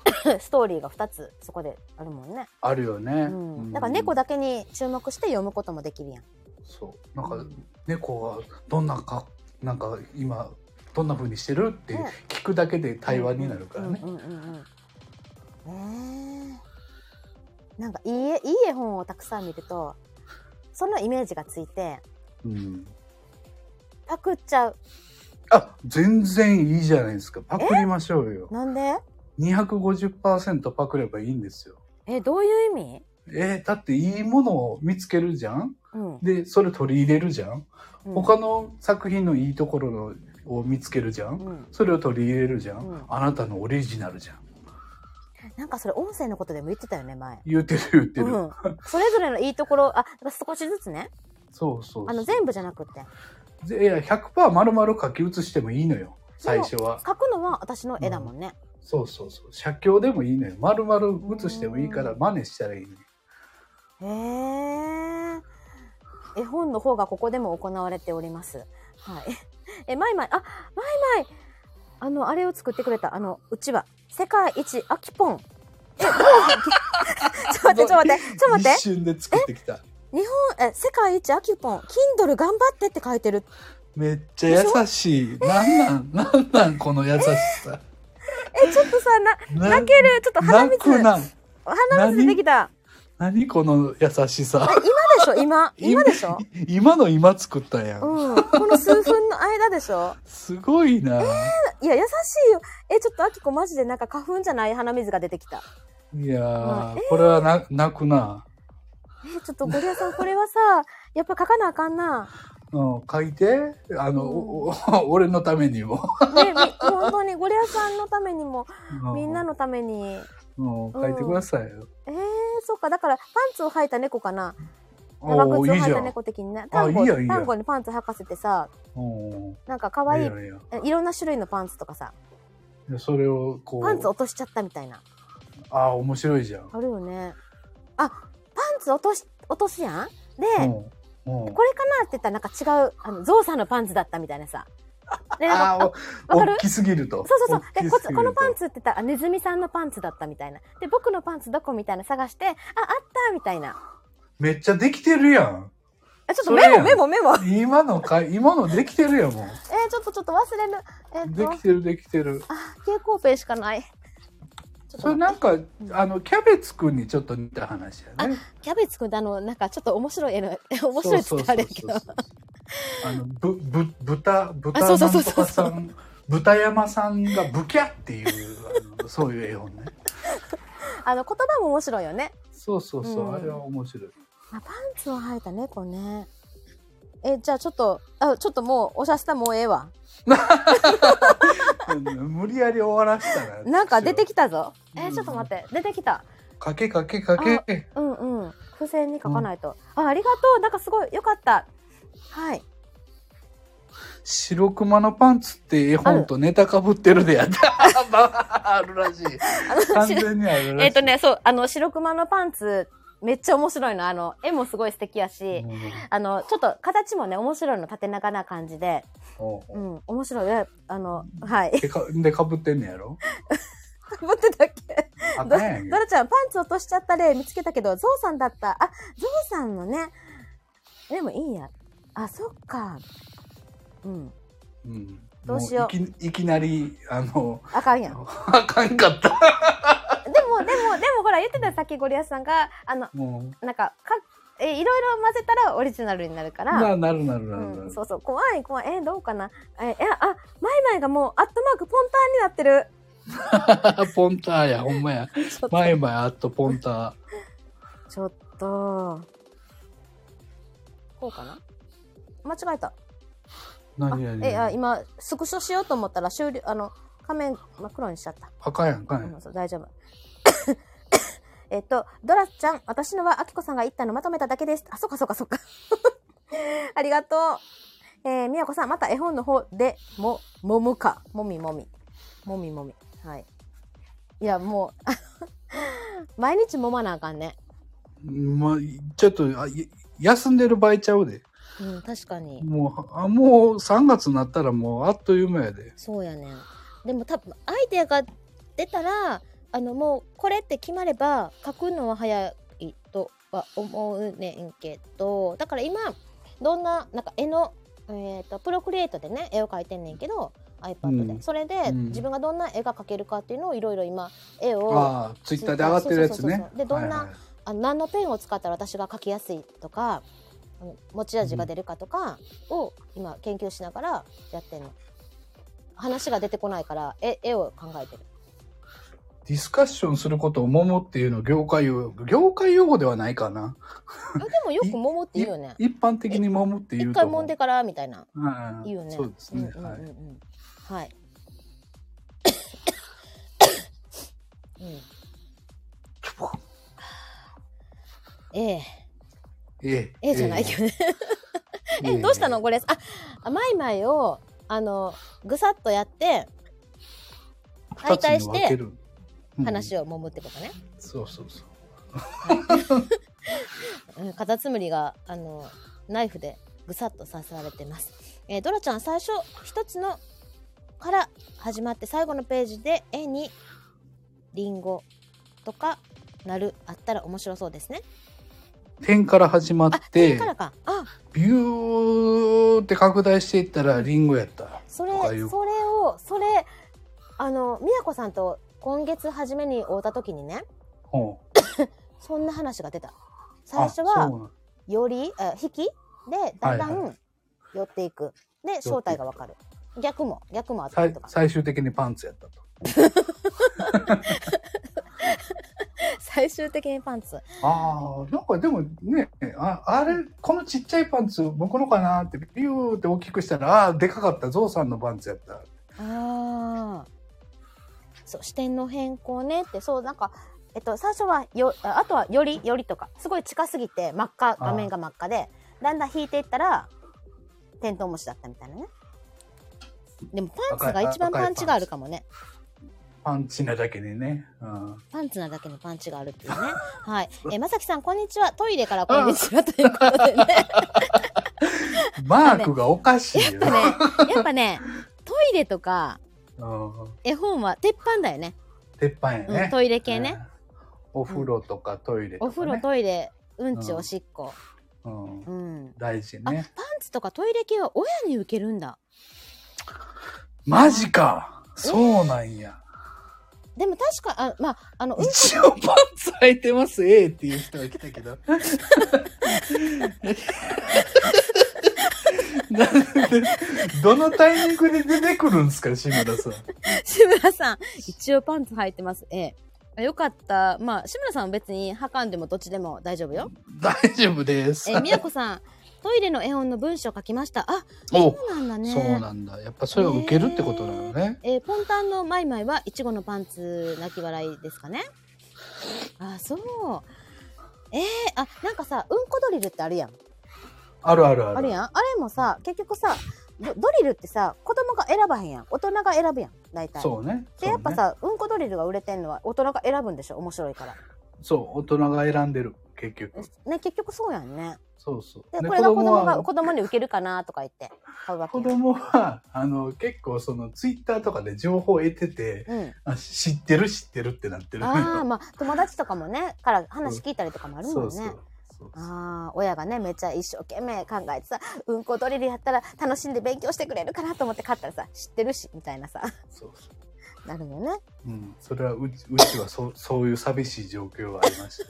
Speaker 1: ストーリーが2つそこであるもんね。
Speaker 2: あるよね。
Speaker 1: うん。だから猫
Speaker 2: だ。
Speaker 1: だけに注目して読むこともできるやん。
Speaker 2: そう。なんか猫はどんなかなんか今どんな風にしてるって
Speaker 1: ね
Speaker 2: 聞くだけで対話になるからね。
Speaker 1: うんうんうんうん。ねえ。なんかいい絵いい絵本をたくさん見るとそのイメージがついて
Speaker 2: うん。
Speaker 1: パクっちゃう。
Speaker 2: あ、全然いいじゃないですか。パクりましょうよ。
Speaker 1: なんで
Speaker 2: 250%パクればいいんですよ。
Speaker 1: えどういう意味
Speaker 2: えーだっていいものを見つけるじゃん
Speaker 1: うん。
Speaker 2: で、それ取り入れるじゃん
Speaker 1: うん
Speaker 2: 他の作品のいいところのを見つけるじゃ
Speaker 1: うんん、
Speaker 2: それを取り入れるじゃん、
Speaker 1: うん
Speaker 2: あなたのオリジナルじゃん
Speaker 1: なんかそれ音声のことでも言ってたよね前。
Speaker 2: 言うてる言うてる、
Speaker 1: うん、それぞれのいいところあだから少しずつね
Speaker 2: そうそうそう
Speaker 1: あの全部じゃなくって
Speaker 2: ぜいや100%丸々書き写してもいいのよ最初は
Speaker 1: 書くのは私の絵だもんね、
Speaker 2: そうそうそう写経でもいいのよ丸々写してもいいから
Speaker 1: う
Speaker 2: 真似したらいいのよ
Speaker 1: へえ絵本の方がここでも行われておりますはいえマイマイあマイマイあのあれを作ってくれたあのうちは世界一アキポンえもう ちょっと待ってちょっと待ってちょっと待って
Speaker 2: 一瞬で作ってきた
Speaker 1: え世界一アキポン Kindle 頑張ってって書いてる
Speaker 2: めっちゃ優しいなんなん なんなんこの優しさ
Speaker 1: えちょっとさな
Speaker 2: な
Speaker 1: 泣けるちょっと鼻
Speaker 2: 泣
Speaker 1: 水
Speaker 2: くな
Speaker 1: 鼻水出てきた
Speaker 2: 何この優しさ
Speaker 1: 今でしょ今今でしょ
Speaker 2: 今の今作ったやん、
Speaker 1: うん、この数分の間でしょ
Speaker 2: すごいな、
Speaker 1: いや優しいよえちょっとあきこマジでなんか花粉じゃない鼻水が出てきた
Speaker 2: いやー、
Speaker 1: うん
Speaker 2: これはな泣くな、
Speaker 1: えちょっとゴリアさんこれはさやっぱ書かなあかんな
Speaker 2: うん、書いてあの、おお 俺のためにも、
Speaker 1: ねみ本当にゴリアさんのためにも
Speaker 2: う
Speaker 1: みんなのために
Speaker 2: うん書いてくださいよ、
Speaker 1: えー、そうかだからパンツを履いた猫かな長
Speaker 2: お
Speaker 1: 靴を
Speaker 2: おーいい
Speaker 1: 履
Speaker 2: じ
Speaker 1: い
Speaker 2: ゃ
Speaker 1: た
Speaker 2: ん、
Speaker 1: 猫的にね
Speaker 2: あ
Speaker 1: タンゴ
Speaker 2: いいやんいいや
Speaker 1: タ
Speaker 2: ん
Speaker 1: ンゴにパンツ履かせてさ
Speaker 2: うんい
Speaker 1: なんか可愛い
Speaker 2: やいやいや
Speaker 1: えいろんな種類のパンツとかさ
Speaker 2: いやそれをこう
Speaker 1: パンツ落としちゃったみたいな
Speaker 2: ああ面白いじゃん、
Speaker 1: あるよねあパンツ落とし落とすやんで、
Speaker 2: うんうん
Speaker 1: これかなって言ったらなんか違うあのゾウさんのパンツだったみたいなさ。でなんか
Speaker 2: ああ
Speaker 1: あ
Speaker 2: お
Speaker 1: わかる
Speaker 2: 大きすぎると
Speaker 1: そうそうそうでこっちこのパン
Speaker 2: ツ
Speaker 1: ツって言ったらあネズミさんのパンツだったみたいなで僕のパンツどこみたいな探してああったみたいな
Speaker 2: めっちゃできてるやん
Speaker 1: えちょっ
Speaker 2: そ
Speaker 1: と
Speaker 2: れ
Speaker 1: メ
Speaker 2: や
Speaker 1: モ
Speaker 2: ん
Speaker 1: メモメモ え
Speaker 2: 今のか今のできてるやんもう
Speaker 1: ーちょっとちょっと忘れるえー
Speaker 2: で
Speaker 1: っ
Speaker 2: き
Speaker 1: と
Speaker 2: てるできてる
Speaker 1: あ蛍光ペンしかないちょっ
Speaker 2: それ
Speaker 1: と
Speaker 2: な
Speaker 1: 待っ
Speaker 2: ん
Speaker 1: て
Speaker 2: か、あのキャベツくんにちょっと似た話やね。
Speaker 1: キャベツくんってあのなんかちょっと面白い絵の面白いっつってあれやけど
Speaker 2: そうそうそうそう。あのぶぶ豚豚
Speaker 1: あそ
Speaker 2: な
Speaker 1: うんそ
Speaker 2: と
Speaker 1: うそう
Speaker 2: かさん豚山さんがブキャっていうあのそういう絵本ね。
Speaker 1: あの言葉も面白いよね、
Speaker 2: そうそうそう、
Speaker 1: うん
Speaker 2: あれは面白い。
Speaker 1: あ、パンツを履いた猫ねえじゃあちょっとあちょっともうおしゃしたもうええわ
Speaker 2: 無理やり終わらしたら。
Speaker 1: なんか出てきたぞ。
Speaker 2: うん
Speaker 1: えーちょっと待って、出てきた。
Speaker 2: かけかけかけ。
Speaker 1: うんうん。付箋に書かないと。あ、ありがとう。なんかすごい、よかった。はい。
Speaker 2: 白熊のパンツって絵本とネタかぶってるでやった。 あるらしい。完全にあるらしい。
Speaker 1: えっ、とね、そう、あの、白熊のパンツ、めっちゃ面白いの。あの、絵もすごい素敵やし、
Speaker 2: うん。
Speaker 1: あの、ちょっと形もね、面白いの、縦長な感じで、
Speaker 2: お
Speaker 1: う、
Speaker 2: うん
Speaker 1: 面白い。えあの、はい。
Speaker 2: でかでかぶってんねやろ。
Speaker 1: かぶってたっけ
Speaker 2: あ
Speaker 1: ど
Speaker 2: かんやんけ
Speaker 1: ドラちゃん、パンツ落としちゃった例見つけたけど、ゾウさんだった。あ、ゾウさんのね。でもいいや。あ、そっか。うん。
Speaker 2: うん
Speaker 1: どうしよう
Speaker 2: もいきいきなりあの
Speaker 1: あかんやん。
Speaker 2: あかんかった
Speaker 1: でも、でも、でも、ほら、言ってたよさっきゴリアスさんが、あの、
Speaker 2: もう
Speaker 1: なんか、か、え、いろいろ混ぜたらオリジナルになるから。
Speaker 2: ななるなるなるな
Speaker 1: う
Speaker 2: る
Speaker 1: ん、そうそう、怖い、怖い、え、どうかな。え、え、あ、マイマイがもう、アットマーク、ポンターになってる。
Speaker 2: ポンターやほんまや
Speaker 1: ちょっと
Speaker 2: 前前あっとポンタ
Speaker 1: ちょっと。こうかな。間違えた。
Speaker 2: ー何
Speaker 1: あ
Speaker 2: 何
Speaker 1: え、あ、
Speaker 2: 何
Speaker 1: 今、スクショしようと思ったら、終了、あの、画面、真っ黒にしちゃった。
Speaker 2: あかんやんあかんや
Speaker 1: うんんそう大丈夫。 えっと、ドラちゃん、私のはあきこさんが言ったのまとめただけです。あ、そっかそっかそっか。 ありがとう。えー、みやこさん、また絵本の方でも、もむか。もみもみ。もみもみ。はい。いや、もう、 毎日もまなあかんね。
Speaker 2: うんまあちょっとあい休んでる場合ちゃうで
Speaker 1: うん、確かに。
Speaker 2: もうあもう3月になったらもうあっという間やで
Speaker 1: そうやねん。でも多分、アイデアが出たら、あのもうこれって決まれば書くのは早いとは思うねんけどだから今どんななんか絵の、えー、とプロクリエイトでね絵を描いてんねんけど iPad で、
Speaker 2: うん
Speaker 1: それで
Speaker 2: うん
Speaker 1: 自分がどんな絵が描けるかっていうのをいろいろ今絵を
Speaker 2: ああツイッターで上がってるやつ
Speaker 1: そうそう
Speaker 2: ね
Speaker 1: そうそうでどんな
Speaker 2: はいはい
Speaker 1: あの何のペンを使ったら私が描きやすいとかあの持ち味が出るかとかを今研究しながらやってんの話が出てこないから絵絵を考えてる
Speaker 2: ディスカッションすることを「桃」っていうの業界用語業界用語ではないかな
Speaker 1: あでもよく桃って言うよね
Speaker 2: 一般的に「桃」って言
Speaker 1: 一
Speaker 2: うと
Speaker 1: 回
Speaker 2: 思
Speaker 1: 揉
Speaker 2: うん
Speaker 1: でからみたいな
Speaker 2: はい
Speaker 1: いよね
Speaker 2: そうですね、
Speaker 1: うんうんうん
Speaker 2: はい
Speaker 1: うんはいうんええ
Speaker 2: え
Speaker 1: ええじゃないけどね
Speaker 2: え
Speaker 1: えどうしたの
Speaker 2: え
Speaker 1: これああマイマイをあのぐさっとやって解体し
Speaker 2: 二つに分け
Speaker 1: て
Speaker 2: るうん
Speaker 1: 話を揉むってことね、
Speaker 2: そうそうそう
Speaker 1: うん、カタツムリがあのナイフでぐさっと刺されてます、えードラちゃん最初一つのから始まって最後のページで絵にリンゴとかなるあったら面白そうですね
Speaker 2: 点から始まっ
Speaker 1: あ
Speaker 2: て
Speaker 1: 点からかあ
Speaker 2: ビューって拡大していったらリンゴやった
Speaker 1: それ
Speaker 2: と
Speaker 1: そ
Speaker 2: かい
Speaker 1: れ
Speaker 2: う
Speaker 1: をそれあの宮子さんと今月初めに会うた時にね
Speaker 2: ほう
Speaker 1: そんな話が出た最
Speaker 2: あ
Speaker 1: 初
Speaker 2: そう
Speaker 1: は
Speaker 2: なん
Speaker 1: よりあ引きでだんだん寄っていく、で正体がわかる逆も逆もあったり
Speaker 2: 最
Speaker 1: とか
Speaker 2: 最終的にパンツやったと。
Speaker 1: 最終的にパンツ
Speaker 2: ああ、なんかでもね、ああれ、このちっちゃいパンツ僕のかなって、ビューって大きくしたら、ああー、でかかった、ゾウさんのパンツやった。
Speaker 1: ああそう視点の変更ねってそうなんかえっと最初はよああとはよりよりとかすごい近すぎて真っ赤画面が真っ赤でだんだん引いていったらテントウムシだったみたいなねでもパンツが一番
Speaker 2: 赤い
Speaker 1: パンチがあるかもね
Speaker 2: パンチなだけにね。うん、
Speaker 1: パンツなだけのパンチがある っていうねはいえまさきさんこんにちはトイレからこんにちはということ でね
Speaker 2: マークがおかしい
Speaker 1: やっ
Speaker 2: よ。
Speaker 1: ぱね、やっぱね、トイレとか
Speaker 2: うん、
Speaker 1: 絵本は鉄板だよね。
Speaker 2: 鉄板やね。
Speaker 1: うん、トイレ系ね。
Speaker 2: うんお風呂とかトイレ
Speaker 1: お
Speaker 2: と
Speaker 1: 風
Speaker 2: か、
Speaker 1: 呂、
Speaker 2: ね。
Speaker 1: トイレ、うんち、
Speaker 2: うん
Speaker 1: おしっこ。
Speaker 2: うん、
Speaker 1: うん。
Speaker 2: 大事
Speaker 1: あ、パン
Speaker 2: ね。
Speaker 1: ツとかトイレ系は親に受けるんだ。
Speaker 2: マジかそうなんや。
Speaker 1: でも確か、あまあ、あ の、うん、
Speaker 2: 一応パンツ履いてます、ええっていう人が来たけど。なんで、どのタイミングで出てくるんですか、志村さん。
Speaker 1: 志村さん、一応パンツ履いてます。ええ。よかった。まあ、志村さんは別に履かんでもどっちでも大丈夫よ。
Speaker 2: 大丈夫です。
Speaker 1: え、みやこさん、トイレの絵本の文章書きました。あ、
Speaker 2: お
Speaker 1: そうなんだね。
Speaker 2: そうなんだ。やっぱそれを受けるってことなのね。
Speaker 1: えーポンタンのマイマイは、いちごのパンツ、泣き笑いですかね。あ、そう。えー、あ、なんかさ、うんこドリルってあるやん。
Speaker 2: あるあるある。
Speaker 1: あるやん。あれもさ、結局さ、ドドリルってさ、子供が選ばへんやん。大人が選ぶやん。大体。
Speaker 2: そうね。
Speaker 1: で、やっぱさ、うんこドリルが売れてんのは、大人が選ぶんでしょ面白いから。
Speaker 2: そうね、そう大人が選んでる、結局。
Speaker 1: ね、結局そうやんね。
Speaker 2: そうそう。
Speaker 1: で、
Speaker 2: で
Speaker 1: これが子供が、
Speaker 2: は
Speaker 1: 子供に受けるかなとか言って、買うわけ
Speaker 2: 子
Speaker 1: やん。
Speaker 2: 供は、あの、結構その、ツイッターとかで情報を得てて、
Speaker 1: うん。
Speaker 2: あ知ってる知ってるってなってる。
Speaker 1: ああ、まあ、友達とかもね、から話聞いたりとかもあるもんね。
Speaker 2: そうそうそう
Speaker 1: ああ、親がね、めっちゃ一生懸命考えてさ、うんこドリルやったら楽しんで勉強してくれるかなと思って買ったらさ、知ってるし、みたいなさ、
Speaker 2: そうそう
Speaker 1: なるよね。
Speaker 2: うん、それはうちうちはそうそういう寂しい状況がありまし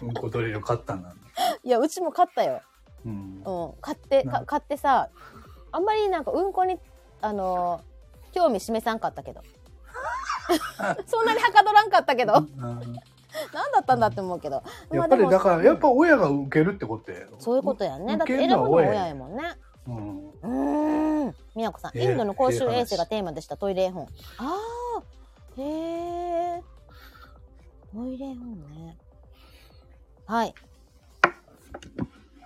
Speaker 2: たうんこドリル買ったなんで、
Speaker 1: いや、うちも買ったよ。
Speaker 2: うん、
Speaker 1: うん、買って、
Speaker 2: な
Speaker 1: か買ってさ、あんまりなんかうんこに、あのー興味示さんかった けど。そんなにはかどらんかったけど、
Speaker 2: うん
Speaker 1: 何だったんだって思うけど。
Speaker 2: やっぱりだからやっ
Speaker 1: ぱ、
Speaker 2: ぱ親が受けるってことやろ
Speaker 1: そういうことやんね。だっ
Speaker 2: 受
Speaker 1: て
Speaker 2: け
Speaker 1: 選
Speaker 2: る
Speaker 1: ぶの
Speaker 2: の
Speaker 1: は
Speaker 2: は
Speaker 1: 親
Speaker 2: 親
Speaker 1: や
Speaker 2: や
Speaker 1: もんね。
Speaker 2: うん、
Speaker 1: うーん。みやこさん、
Speaker 2: ええ
Speaker 1: インドの公衆衛生
Speaker 2: ええ
Speaker 1: が
Speaker 2: 話
Speaker 1: テーマでした、トイレ絵本。ああ、へえ。トイレ絵本ね。はい。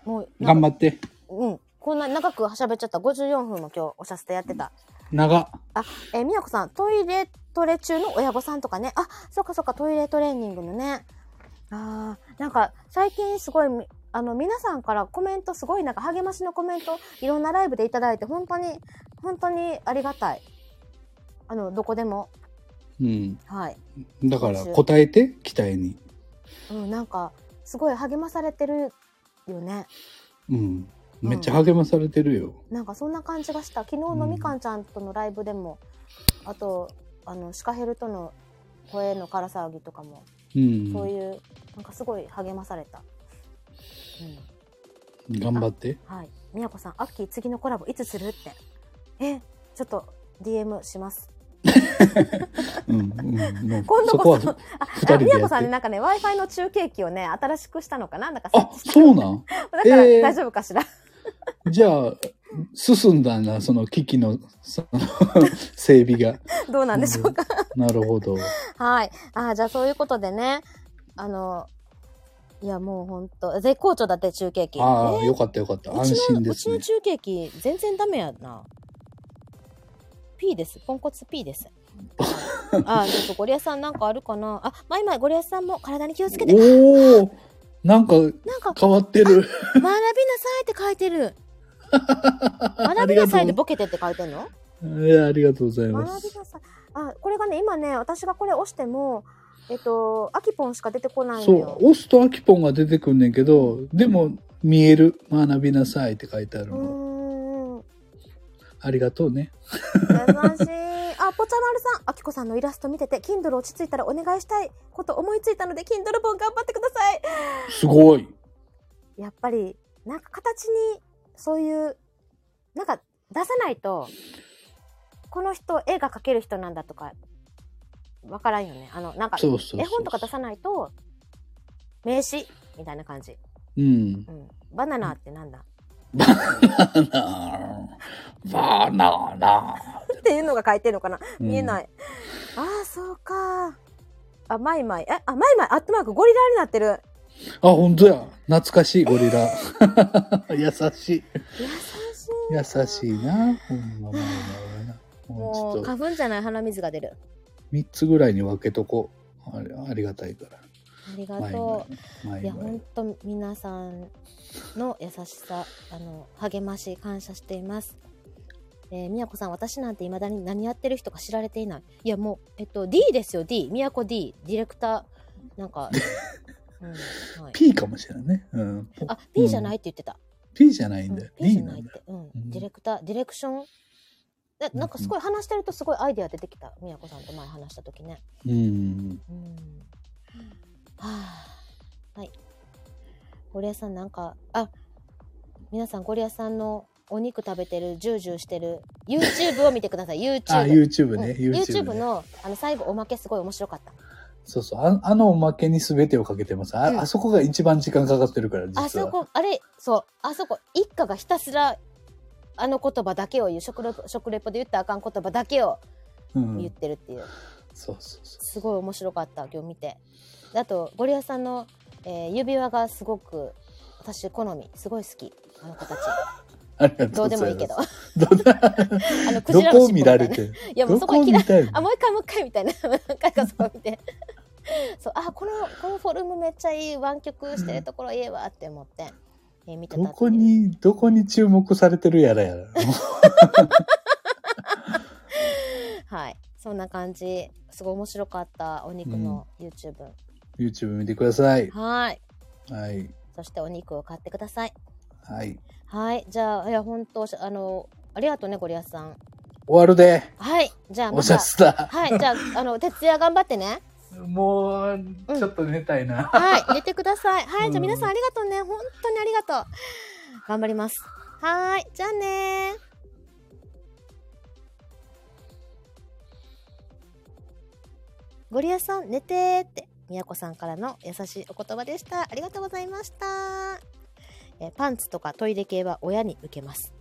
Speaker 1: もう、
Speaker 2: 頑張
Speaker 1: っ
Speaker 2: って
Speaker 1: うん。こんな長く喋っちゃった。54分も今日おしゃせてやってた。
Speaker 2: 長
Speaker 1: あ、えー、みやこさん、トイレトレ中の親御さんとかね。あ、そっかそっか、トイレトレーニングのね。あーなんか、最近すごいみ、あの、皆さんからコメント、すごいなんか励ましのコメント、いろんなライブでいただいて、本当に、本当にありがたい。あの、どこでも。
Speaker 2: うん。
Speaker 1: はい。
Speaker 2: だから答えて期待に。
Speaker 1: うん、なんか、すごい励まされてるよね。
Speaker 2: うん。めっちゃ励まされてるよ。
Speaker 1: なんかそんな感じがした。昨日のみかんちゃんとのライブでも、あと、あの、シカヘルとの声のから騒ぎとかも、
Speaker 2: うん。
Speaker 1: そういう、なんかすごい励まされた。うん。
Speaker 2: 頑張って。
Speaker 1: はい。みやこさん、アッキー次のコラボいつするって。え、ちょっと DM します。
Speaker 2: うん。うん。もう
Speaker 1: 今度
Speaker 2: そこ
Speaker 1: こ
Speaker 2: は
Speaker 1: そ、あ、
Speaker 2: 二人
Speaker 1: あ
Speaker 2: で
Speaker 1: み
Speaker 2: やって
Speaker 1: やこさんね、なんかね、Wi-Fi の中継機をね、新しくしたのかななんか
Speaker 2: あ
Speaker 1: 設置、した
Speaker 2: そうなん
Speaker 1: だから
Speaker 2: えー
Speaker 1: 大丈夫かしら、
Speaker 2: じゃあ、進んだな、その機器の、その 整備が。
Speaker 1: どうなんでしょうか。
Speaker 2: なる ほど。
Speaker 1: はい。あ、じゃあそういうことでね、あの、いやもうほんと、絶好調だって中継機。
Speaker 2: ああ、
Speaker 1: えー
Speaker 2: よかったよかった。
Speaker 1: う
Speaker 2: 安
Speaker 1: ちの
Speaker 2: 心で
Speaker 1: うち
Speaker 2: す
Speaker 1: の
Speaker 2: ね。
Speaker 1: 中継機全然ダメやな。P です。ポンコツ P です。あ、ちょっとゴリアスさんなんかあるかなあ、まいまいゴリアスさんも体に気をつけて。
Speaker 2: おおなんか
Speaker 1: なんか
Speaker 2: 変わって る。
Speaker 1: 学びなさいって書いて る。学びなさいでボケてって書いてるの
Speaker 2: えーありがとうござい
Speaker 1: 学び
Speaker 2: ま
Speaker 1: な
Speaker 2: す。
Speaker 1: さい。あ、これがね、今ね、私がこれ押しても、えっと、アキポンしか出てこないの
Speaker 2: そう
Speaker 1: よ。、
Speaker 2: オスとアキポンが出てくんねんけど、でも、見える、学びなさいって書いてある
Speaker 1: う
Speaker 2: の。
Speaker 1: ーん。
Speaker 2: ありがとうね。
Speaker 1: 優しい。あ、ぽちゃまるさん。あきこさんのイラスト見てて、Kindle 落ち着いたらお願いしたいこと思いついたので、Kindle 本頑張ってください。
Speaker 2: すごい。
Speaker 1: やっぱり、なんか形に、そういう、なんか出さないと、この人、絵が描ける人なんだとか、わからんよね。あの、なんか、
Speaker 2: そうそうそう。
Speaker 1: 絵本とか出さないと、名詞みたいな感じ。
Speaker 2: うん
Speaker 1: う。ん。バナナってなんだ、
Speaker 2: バナナ。バナナ。
Speaker 1: っていうのが書いてるのかな、
Speaker 2: うん
Speaker 1: 見えない。ああ、そうか。あ、マイマイ。え、あ、マイマイ。アットマーク、ゴリラになってる。
Speaker 2: あ、本当や。懐かしい、ゴリラ。 優しい。
Speaker 1: 優しい。
Speaker 2: 優しいな。ほんま、まあまあまあも
Speaker 1: も
Speaker 2: うちょ
Speaker 1: う、
Speaker 2: っと
Speaker 1: 花粉じゃない鼻水が出る。
Speaker 2: 3つぐらいに分けとこう。あれありがたいから。
Speaker 1: ありが
Speaker 2: 前
Speaker 1: と
Speaker 2: 々
Speaker 1: う。
Speaker 2: 前
Speaker 1: いや、
Speaker 2: 々
Speaker 1: ほんと、皆さんの優しさ、あの、励まし、感謝しています。えー、みやこさん、私なんて未だに何やってる人か知られていない。いや、もう、えっと、D ですよ、D。みやこ D。ディレクター、なんか、うん、はい。
Speaker 2: P かもしれないね。うん。
Speaker 1: あ、P じゃないって言ってた。
Speaker 2: P じゃない
Speaker 1: うん
Speaker 2: だよ。
Speaker 1: ん、P じゃ
Speaker 2: D な
Speaker 1: ない
Speaker 2: ん
Speaker 1: っ
Speaker 2: だよ。
Speaker 1: て、うん
Speaker 2: うん
Speaker 1: ディレクターディレクションでなんかすごい話してるとすごいアイデア出てきたみやこさんと前話した時ね
Speaker 2: う
Speaker 1: う
Speaker 2: ん。
Speaker 1: んはあはいゴリアスさんなんかあ皆さんゴリアスさんのお肉食べてるジュージューしてる YouTube を見てください YouTube,
Speaker 2: あ、YouTube
Speaker 1: うん
Speaker 2: ね。
Speaker 1: YouTube
Speaker 2: YouTube ね。
Speaker 1: のあの最後おまけすごい面白かった
Speaker 2: そうそう。ああのおまけに全てをかけてます。
Speaker 1: うん
Speaker 2: ああそこが一番時間かかってるから、
Speaker 1: あ
Speaker 2: 実
Speaker 1: そ
Speaker 2: は。
Speaker 1: こあれそうあそこ一家がひたすらあの言葉だけを言う食レポ食レポで言ったらあかん言葉だけを
Speaker 2: う
Speaker 1: 言っ
Speaker 2: ん。
Speaker 1: てるっていう、
Speaker 2: そうそうそ
Speaker 1: すごい面白かった今日見てであとゴリアスさんの、えー指輪がすごく私好みすごい好きあの 形
Speaker 2: う。ありがと
Speaker 1: ど
Speaker 2: う
Speaker 1: う
Speaker 2: ござ
Speaker 1: で
Speaker 2: います。
Speaker 1: もいいけどあ
Speaker 2: どうだ。
Speaker 1: のク
Speaker 2: ど
Speaker 1: ジラの尻
Speaker 2: こ
Speaker 1: 尾
Speaker 2: を
Speaker 1: み
Speaker 2: 見
Speaker 1: た
Speaker 2: ら
Speaker 1: いな
Speaker 2: れて る
Speaker 1: いやもう
Speaker 2: ど
Speaker 1: そ
Speaker 2: こ
Speaker 1: こ
Speaker 2: を
Speaker 1: 嫌
Speaker 2: 見
Speaker 1: い
Speaker 2: たいの
Speaker 1: あもう一回もう一回みたいな 何回かそこ見てそうあこのこのフォルムめっちゃいい湾曲してるところいいわって思って、えー見てた
Speaker 2: ど
Speaker 1: っていう
Speaker 2: こに、どこに注目されてるやらやら。
Speaker 1: はいそんな感じすごい面白かったお肉の YouTube、
Speaker 2: YouTube 見てください。
Speaker 1: はい
Speaker 2: はい。
Speaker 1: そしてお肉を買ってください
Speaker 2: はい。
Speaker 1: はい、じゃあ、いや、本当、あの、ありがとうね、ゴリアスさん。
Speaker 2: 終わるで。
Speaker 1: はい、じゃあ、
Speaker 2: お
Speaker 1: ま
Speaker 2: しゃ
Speaker 1: た。
Speaker 2: すだ。
Speaker 1: はい、じゃあ、あの、徹夜頑張ってね。
Speaker 2: もう、ちょっと寝たいな。
Speaker 1: はい、寝てください。は
Speaker 2: う
Speaker 1: い、
Speaker 2: ん
Speaker 1: じゃあ、皆さんありがとうね。本当にありがとう。頑張ります。はい、じゃあねゴリアスさん、寝てって、みやこさんからの優しいお言葉でした。ありがとうございました。えパンツとかトイレ系は親に受けます。